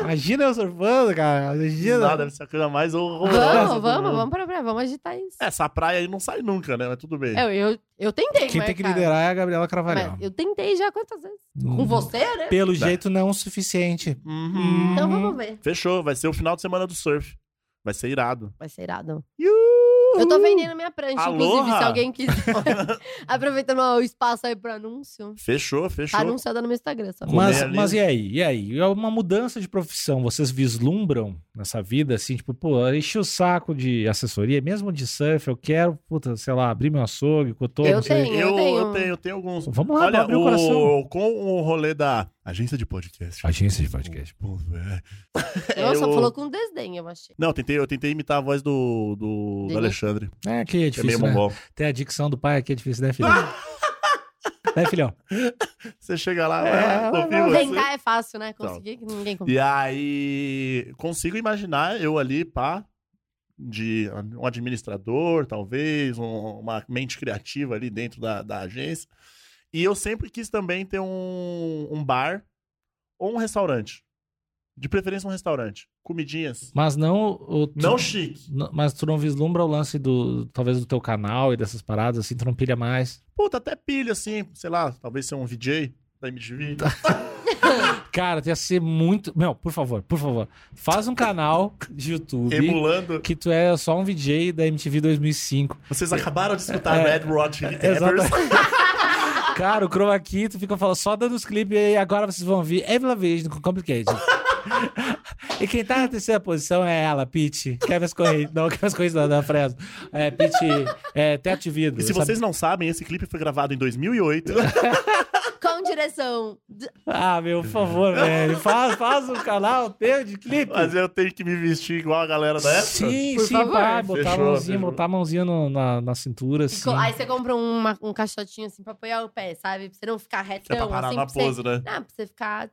Imagina eu surfando, cara. Imagina. Não, deve ser a coisa mais horrorosa. Vamos, do vamos, mundo. vamos pra praia, vamos agitar isso. Essa praia aí não sai nunca, né? Mas tudo bem. Eu, eu, eu tentei, Quem tem marcar, que liderar é a Gabriela mas Carvalhal. Eu tentei já quantas vezes? Com Hum, você, né? Pelo jeito, não o suficiente. Uhum. Então vamos ver. Fechou, vai ser o final de semana do surf. Vai ser irado. Vai ser irado. Eu tô vendendo minha prancha, inclusive, Aloha! se alguém quiser. Aproveitando o espaço aí pro anúncio. Fechou, fechou. Tá Ah, anunciada no meu Instagram, só. Comer Mas, ali. mas e aí? E aí? É uma mudança de profissão. Vocês vislumbram nessa vida, assim, tipo, pô, enchi o saco de assessoria, mesmo de surf, eu quero, puta, sei lá, abrir meu açougue, cotô, Eu não sei. tenho, Eu, eu tenho, tenho. eu tenho, alguns. Vamos lá, Olha, abre o coração. o, com o rolê da agência de podcast. Agência de podcast. Pô, velho. Nossa, eu- falou com desdém, eu achei. Não, eu tentei, eu tentei imitar a voz do, do, do Dele? Alexandre. É que é Que é meio difícil, né? mongol. Tem a dicção do pai aqui, é difícil, né, filhão? né, filhão? Você chega lá, É, vai lá, vai, confia em vai, você. Tentar é fácil, né? Conseguir que ninguém consegue. E aí, consigo imaginar eu ali, pá, de um administrador, talvez, um- uma mente criativa ali dentro da, da agência. E eu sempre quis também ter um, um bar ou um restaurante. De preferência, um restaurante. Comidinhas. Mas não... O, tu- Não chique. N- Mas tu não vislumbra o lance do, talvez, do teu canal e dessas paradas, assim, tu não pilha mais. Puta, até pilha, assim, sei lá, talvez ser um VJ da MTV. Tá. Cara, tu ia ser muito. Meu, por favor, por favor. Faz um canal de YouTube Emulando. que tu é só um VJ da MTV 2005. Vocês acabaram de escutar É, Red Rod Chili Peppers. Exatamente. Cara, o chroma key, tu fica falando só dando os clipes e agora vocês vão ouvir Evil Vision com Complicated. e quem tá na terceira posição é ela, Pete. Kevin Correia. Não, Kevin Correia da, da Fresno. É, Pete, é, teto de vidro. E se sabe? vocês não sabem, esse clipe foi gravado em 2008. Com direção. D- Ah, meu, por favor, velho. Faz, faz um canal teu de clipe. Mas eu tenho que me vestir igual a galera da época? Sim, Por sim, favor. vai. Botar Fechou, a mãozinha, fechou. botar a mãozinha no- na, na cintura, e assim. co- Aí você compra uma- um caixotinho assim pra apoiar o pé, sabe? Pra você não ficar É pra retão, parar assim, na pra você pose, né? Não, pra você ficar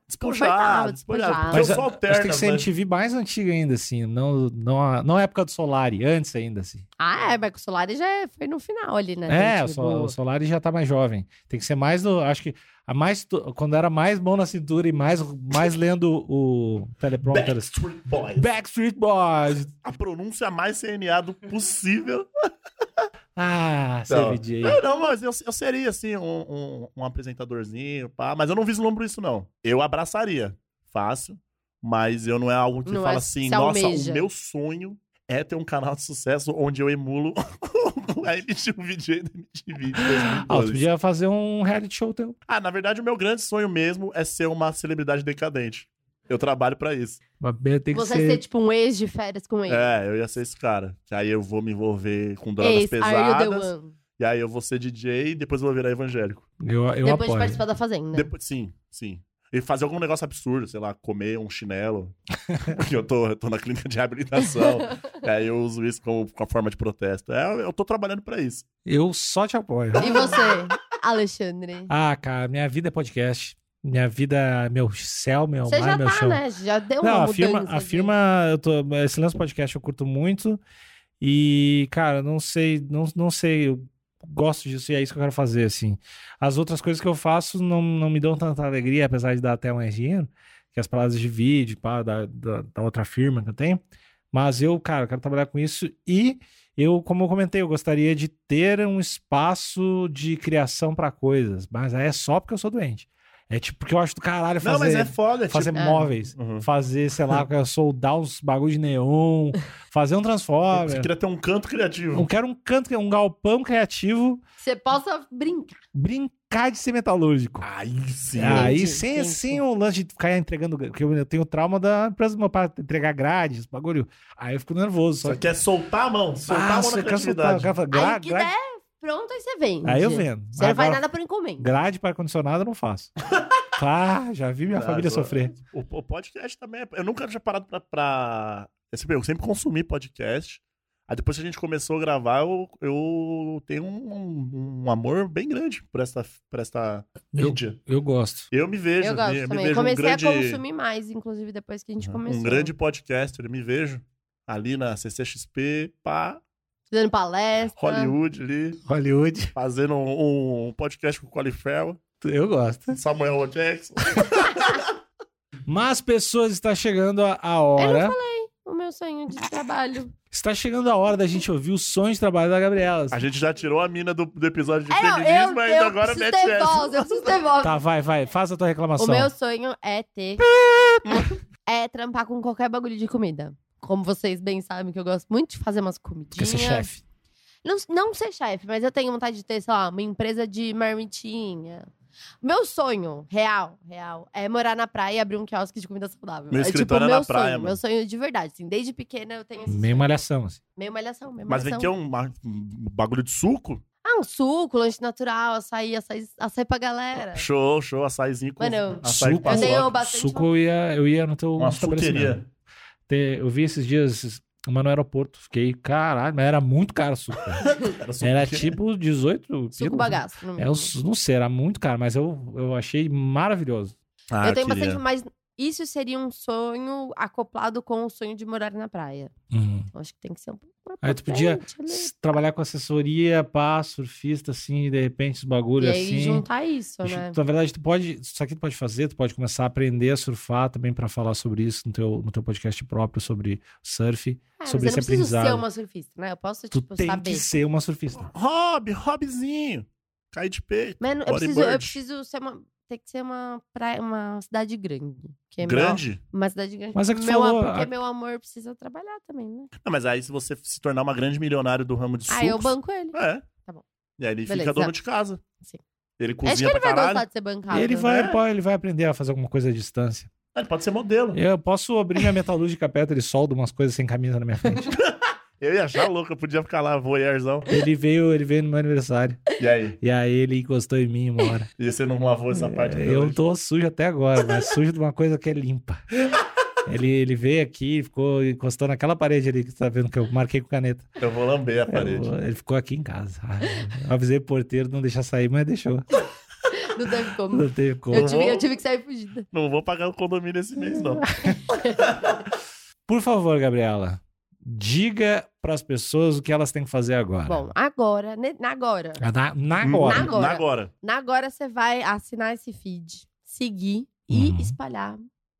desconfortável, Despojado, despojado. despojado. Porque Mas eu sou a- alterno, acho que tem que ser né? MTV mais antiga ainda, assim. Não, não, a- não a época do Solari, antes ainda, assim. Ah, é, mas com o Solari já é- foi no final ali, né? É, Então, o, tipo, Sol- o Solari já tá mais jovem. Tem que ser mais do. Acho que a mais, do- quando era mais bom na cintura e mais, mais lendo o teleprompter. assim. Backstreet Boys. Backstreet Boys! A pronúncia mais CNA do possível. Ah, Então. CVJ. Não, não, mas eu, eu seria, assim, um, um- um apresentadorzinho, pá. Mas eu não vislumbro isso, não. Eu abraçaria. Fácil. Mas eu não é algo que Não fala é- assim, se nossa, almeja." o meu sonho é ter um canal de sucesso onde eu emulo a MTV DJ da MTV. de 2012." Ah, tu podia fazer um reality show teu. Ah, na verdade, o meu grande sonho mesmo é ser uma celebridade decadente. Eu trabalho pra isso. Mas tem que Você ser... ser tipo um ex de férias com ele. É, eu ia ser esse cara. Que aí eu vou me envolver com drogas ex, are you the pesadas. one? E aí eu vou ser DJ e depois eu vou virar evangélico. Eu, eu Depois de apoio. participar da Fazenda. Depois, sim, sim. E fazer algum negócio absurdo, sei lá, comer um chinelo. porque eu tô, eu tô na clínica de reabilitação. e aí eu uso isso como, como forma de protesto. É, eu tô trabalhando pra isso. Eu só te apoio. E você, Alexandre? Ah, cara, minha vida é podcast. Minha vida, é meu céu, meu Você mar, já meu tá, chão. né? Já deu Não, uma a firma, mudança. a de- firma eu tô, esse lance podcast eu curto muito. E, cara, não sei, não, não sei, eu gosto disso e é isso que eu quero fazer, assim. As outras coisas que eu faço não, não me dão tanta alegria, apesar de dar até mais dinheiro, que é as paradas de vídeo, pá, da, da, da outra firma que eu tenho. Mas eu, cara, quero trabalhar com isso e eu, como eu comentei, eu gostaria de ter um espaço de criação pra coisas, mas aí é só porque eu sou doente. É tipo, porque eu acho do caralho fazer Não, mas é foda. tipo- fazer tipo- móveis, Uhum. fazer, sei lá, soldar uns bagulho de neon, fazer um Você transformer. queria ter um canto criativo. Eu quero um canto, um galpão criativo, Você possa brincar. brincar de ser metalúrgico. Ah, Aí Ah, sim. Aí entendi, sem, entendi. sem o lance de ficar entregando, porque eu tenho trauma da empresa do meu pai entregar grades, bagulho. Aí eu fico nervoso. Só Você quer soltar a mão. Soltar a mão Nossa, na eu quero Ah, soltar, eu criatividade. quero falar, gra- Aí o que grade- der, pronto, aí você vende. Aí eu vendo. Você não Agora, faz nada por encomenda. Grade para ar-condicionado eu não faço. Ah, já vi minha Ah, família agora- sofrer. O, o podcast também é. Eu nunca tinha parado pra. pra... Eu sempre- Eu sempre consumi podcast. Aí depois que a gente começou a gravar, eu, eu tenho um, um amor bem grande por esta, por esta mídia. Eu gosto. Eu me vejo, Eu gosto me, me também. vejo um Comecei grande, a consumir mais, inclusive, depois que a gente começou. um grande podcaster. Eu me vejo ali na CCXP, pá, Fazendo palestra. Hollywood ali, Hollywood, fazendo um, um podcast com o Colin Farrell, eu gosto. Samuel L. Jackson. Mas, pessoas, está chegando a, a Eu não hora. O meu sonho de trabalho. Está chegando a hora da gente ouvir o sonho de trabalho da Gabriela. A gente já tirou a mina do, do episódio de É, não, feminismo, eu, ainda eu agora é preciso mete ter essa. voz, eu preciso ter voz. Tá, vai, vai. Faz a tua reclamação. O meu sonho é ter. é trampar com qualquer bagulho de comida. Como vocês bem sabem, que eu gosto muito de fazer umas Quer comidinhas. é ser é chefe. Não, não ser chefe, mas eu tenho vontade de ter, sei lá, uma empresa de marmitinha. Meu sonho, real, real, é morar na praia e abrir um quiosque de comida saudável. Meu é tipo escritório é meu na praia, sonho, mano. meu sonho de verdade. Assim, desde pequena eu tenho esse Meio sonho. malhação, assim. Meio malhação, meio Mas vem malhação. que é um, ma- um bagulho de suco? Ah, um suco, lanche natural, açaí, açaí, açaí pra galera. Show, show, açaizinho com É. Mano, açaí Suco. é com Eu tenho açúcar. bastante Suco eu ia, eu ia no teu Ah, Uma estabelecimento. suqueria. Te- Eu vi esses dias uma no aeroporto. Fiquei, caralho, mas era muito caro o suco. cara. Era suco Era que- tipo 18 Suco pila. bagaço. um No É, eu mínimo. não sei, era muito caro, mas eu, eu achei maravilhoso. Ah, eu tenho queria. bastante, mas isso seria um sonho acoplado com o sonho de morar na praia. Uhum. Então, acho que tem que ser um pouco. mais né? Aí tu podia potente ali. S- Trabalhar com assessoria, pá, surfista, assim, e de repente os E bagulho aí assim. juntar isso, né? Na verdade, tu pode. Isso aqui tu pode fazer, tu pode começar a aprender a surfar também pra falar sobre isso no teu, no teu podcast próprio, sobre surf. sobre Ah, mas esse eu não preciso ser aprendizado. uma surfista, né? Eu posso, Tu tipo, tem saber. que ser uma surfista. Hobby, hobbyzinho. Cair de peito. Mas eu não- eu preciso, eu bodyboard. preciso ser uma. Tem que ser uma praia, uma cidade grande. Que é meu- Grande? uma cidade grande. Mas é que tu meu, falou, am- porque a- meu amor precisa trabalhar também, né? Não, mas aí se você se tornar uma grande milionário do ramo de sucos... Ah, eu banco ele. É. Tá bom. E aí ele Beleza. fica dono de casa. Sim. Ele Acho que cozinha ele pra vai caralho. gostar de ser bancado. ele, né? vai, É. pô, ele vai aprender a fazer alguma coisa à distância. Ah, Ele pode ser modelo. Eu posso abrir minha metalúrgica perto, ele solda umas coisas sem camisa na minha frente. Eu ia achar louco, eu podia ficar lá, voyeurzão. ele veio, ele veio no meu aniversário. E aí? E aí ele encostou em mim e mora. E você não lavou essa parte até É, Eu hoje? tô sujo até agora, mas sujo de uma coisa que é limpa. Ele, ele veio aqui, ficou encostou naquela parede ali que você tá vendo que eu marquei com caneta. Eu vou lamber a parede. É, Eu- ele ficou aqui em casa. Ah, eu avisei o porteiro não deixar sair, mas deixou. Não deve como. Não teve como. Eu tive, vou. eu tive que sair fugida. Não vou pagar o condomínio esse mês, não. Por favor, Gabriela, diga pras pessoas o que elas têm que fazer agora. Ah, Bom, agora, né, na agora. na, na agora. Na agora. Na Hum, agora. Na agora você vai assinar esse feed, seguir e Uhum. espalhar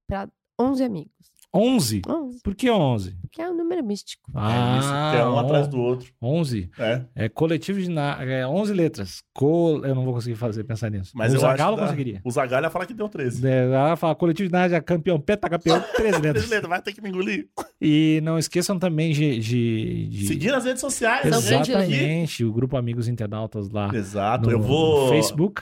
pra 11 amigos. 11? 11, Por que 11? que é um número místico. Ah, é isso, que é um atrás do outro. 11? É. É coletivo de... Na... É 11 letras. Co... Eu não vou conseguir fazer, pensar nisso. Mas o eu Zagallo acho que dá. conseguiria. O Zagalho ia falar que deu 13. É, Ela fala coletivo de ginástica, campeão, pentacampeão, três letras. Beleza, vai ter que me engolir. E não esqueçam também de... de, de- Seguir nas redes sociais, São gente, aqui. Exatamente, o grupo Amigos Internautas lá Exato, no, Ah, eu vou. no Facebook.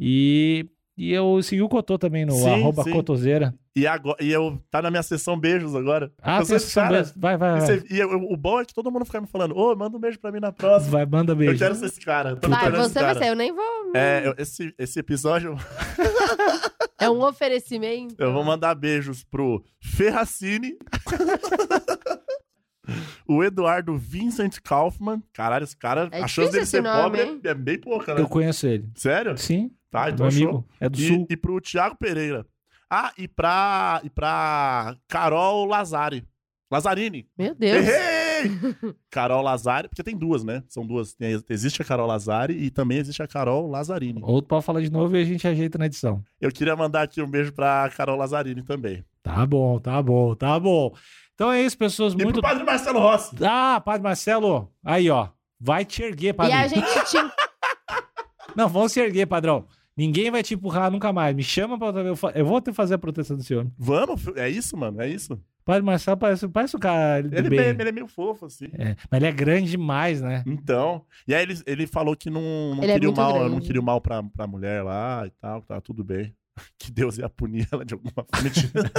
E, e eu segui o Cotô também no Sim, arroba sim. Cotoseira. E, agora, e eu tá na minha sessão beijos agora. Ah, Eu tem sou essa cara- mesmo. Vai, vai, E, vai. você- e eu- o bom é que todo mundo fica me falando, ô, manda um beijo pra mim na próxima. Vai, manda Eu beijo. quero ser esse cara. Tô me Vai, tornando esse você vai cara. ser, eu nem vou. É, eu- esse, esse episódio É um oferecimento. eu vou mandar beijos pro Ferracini, o Eduardo Vincent Kaufman. Caralho, esse cara, É a chance difícil dele ser esse nome, pobre hein? é, é bem pouca, né? Eu conheço ele. Sério? Sim, Tá, então meu show. amigo. É do E, Sul. e pro Thiago Pereira. Ah, e pra, e pra Carol Lazari. Lazzarini. Meu Deus. Errei! Carol Lazari, porque tem duas, né? São duas. Tem- existe a Carol Lazari e também existe a Carol Lazzarini. Outro pode falar de novo e a gente ajeita na edição. Eu queria mandar aqui um beijo pra Carol Lazzarini também. Tá bom, tá bom, tá bom. Então é isso, pessoas. E Muito. pro padre Marcelo Rossi. Ah, Padre Marcelo, aí ó. Vai te erguer, E padrinho. a gente te Não, vão se erguer, padrão. Ninguém vai te empurrar nunca mais. Me chama pra outra vez. Eu fa- Eu vou ter que fazer a proteção do senhor. Vamos, fi- é isso, mano, é isso. Padre Marcelo parece, parece o cara do Ele, é bem. meio- ele é meio fofo, assim. É, mas ele é grande demais, né? Então, e aí ele, ele falou que não, não Ele é queria o muito mal, grande. não queria o mal pra, pra mulher lá e tal, tá tudo bem. Que Deus ia punir ela de alguma forma. Mentira.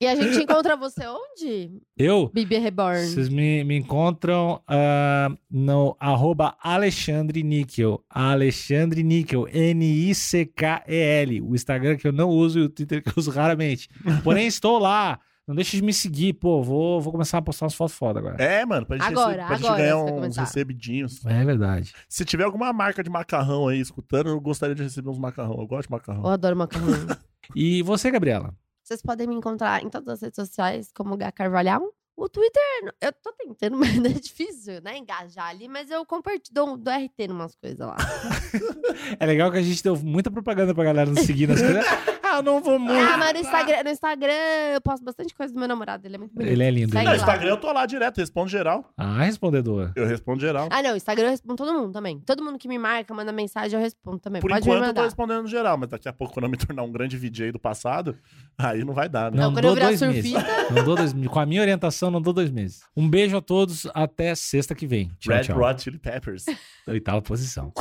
E a gente encontra você onde? Eu, Bibi Reborn. Vocês me, me encontram ah, no arroba Alexandre Níquel. Alexandre Níquel, N-I-C-K-E-L. O Instagram que eu não uso e o Twitter que eu uso raramente. Porém, estou lá. Não deixe de me seguir, pô. Vou, vou começar a postar umas fotos foda agora. É, mano, pra gente, rece- Agora, pra gente agora ganhar você vai uns começar. recebidinhos. É verdade. Se tiver alguma marca de macarrão aí escutando, eu gostaria de receber uns macarrão. Eu gosto de macarrão. Eu adoro macarrão. E você, Gabriela? Vocês podem me encontrar em todas as redes sociais como Gá Carvalhal. O Twitter, eu tô tentando, mas é difícil, né? Engajar ali, mas eu compartilho, dou, um, dou RT numas coisas lá. É legal que a gente deu muita propaganda pra galera nos seguir nas coisas. Ah, eu não vou muito. Ah, mas no Instagram, no Instagram eu posto bastante coisa do meu namorado, ele é muito bonito. Ele é lindo. Segue No Ele. lá. Instagram eu tô lá direto, respondo geral. Ah, respondedor. Eu respondo geral. Ah, não, Instagram eu respondo todo mundo também. Todo mundo que me marca, manda mensagem, eu respondo também. Por Pode me enquanto eu tô mandar. respondendo geral, mas daqui a pouco quando eu me tornar um grande VJ do passado, aí não vai dar, né? Não, quando dou eu virar dois meses. surfista- Não dou dois meses. Com a minha orientação, não dou dois meses. Um beijo a todos. Até sexta que vem. Tchau, Red tchau. Hot Chili Peppers. Oitava posição.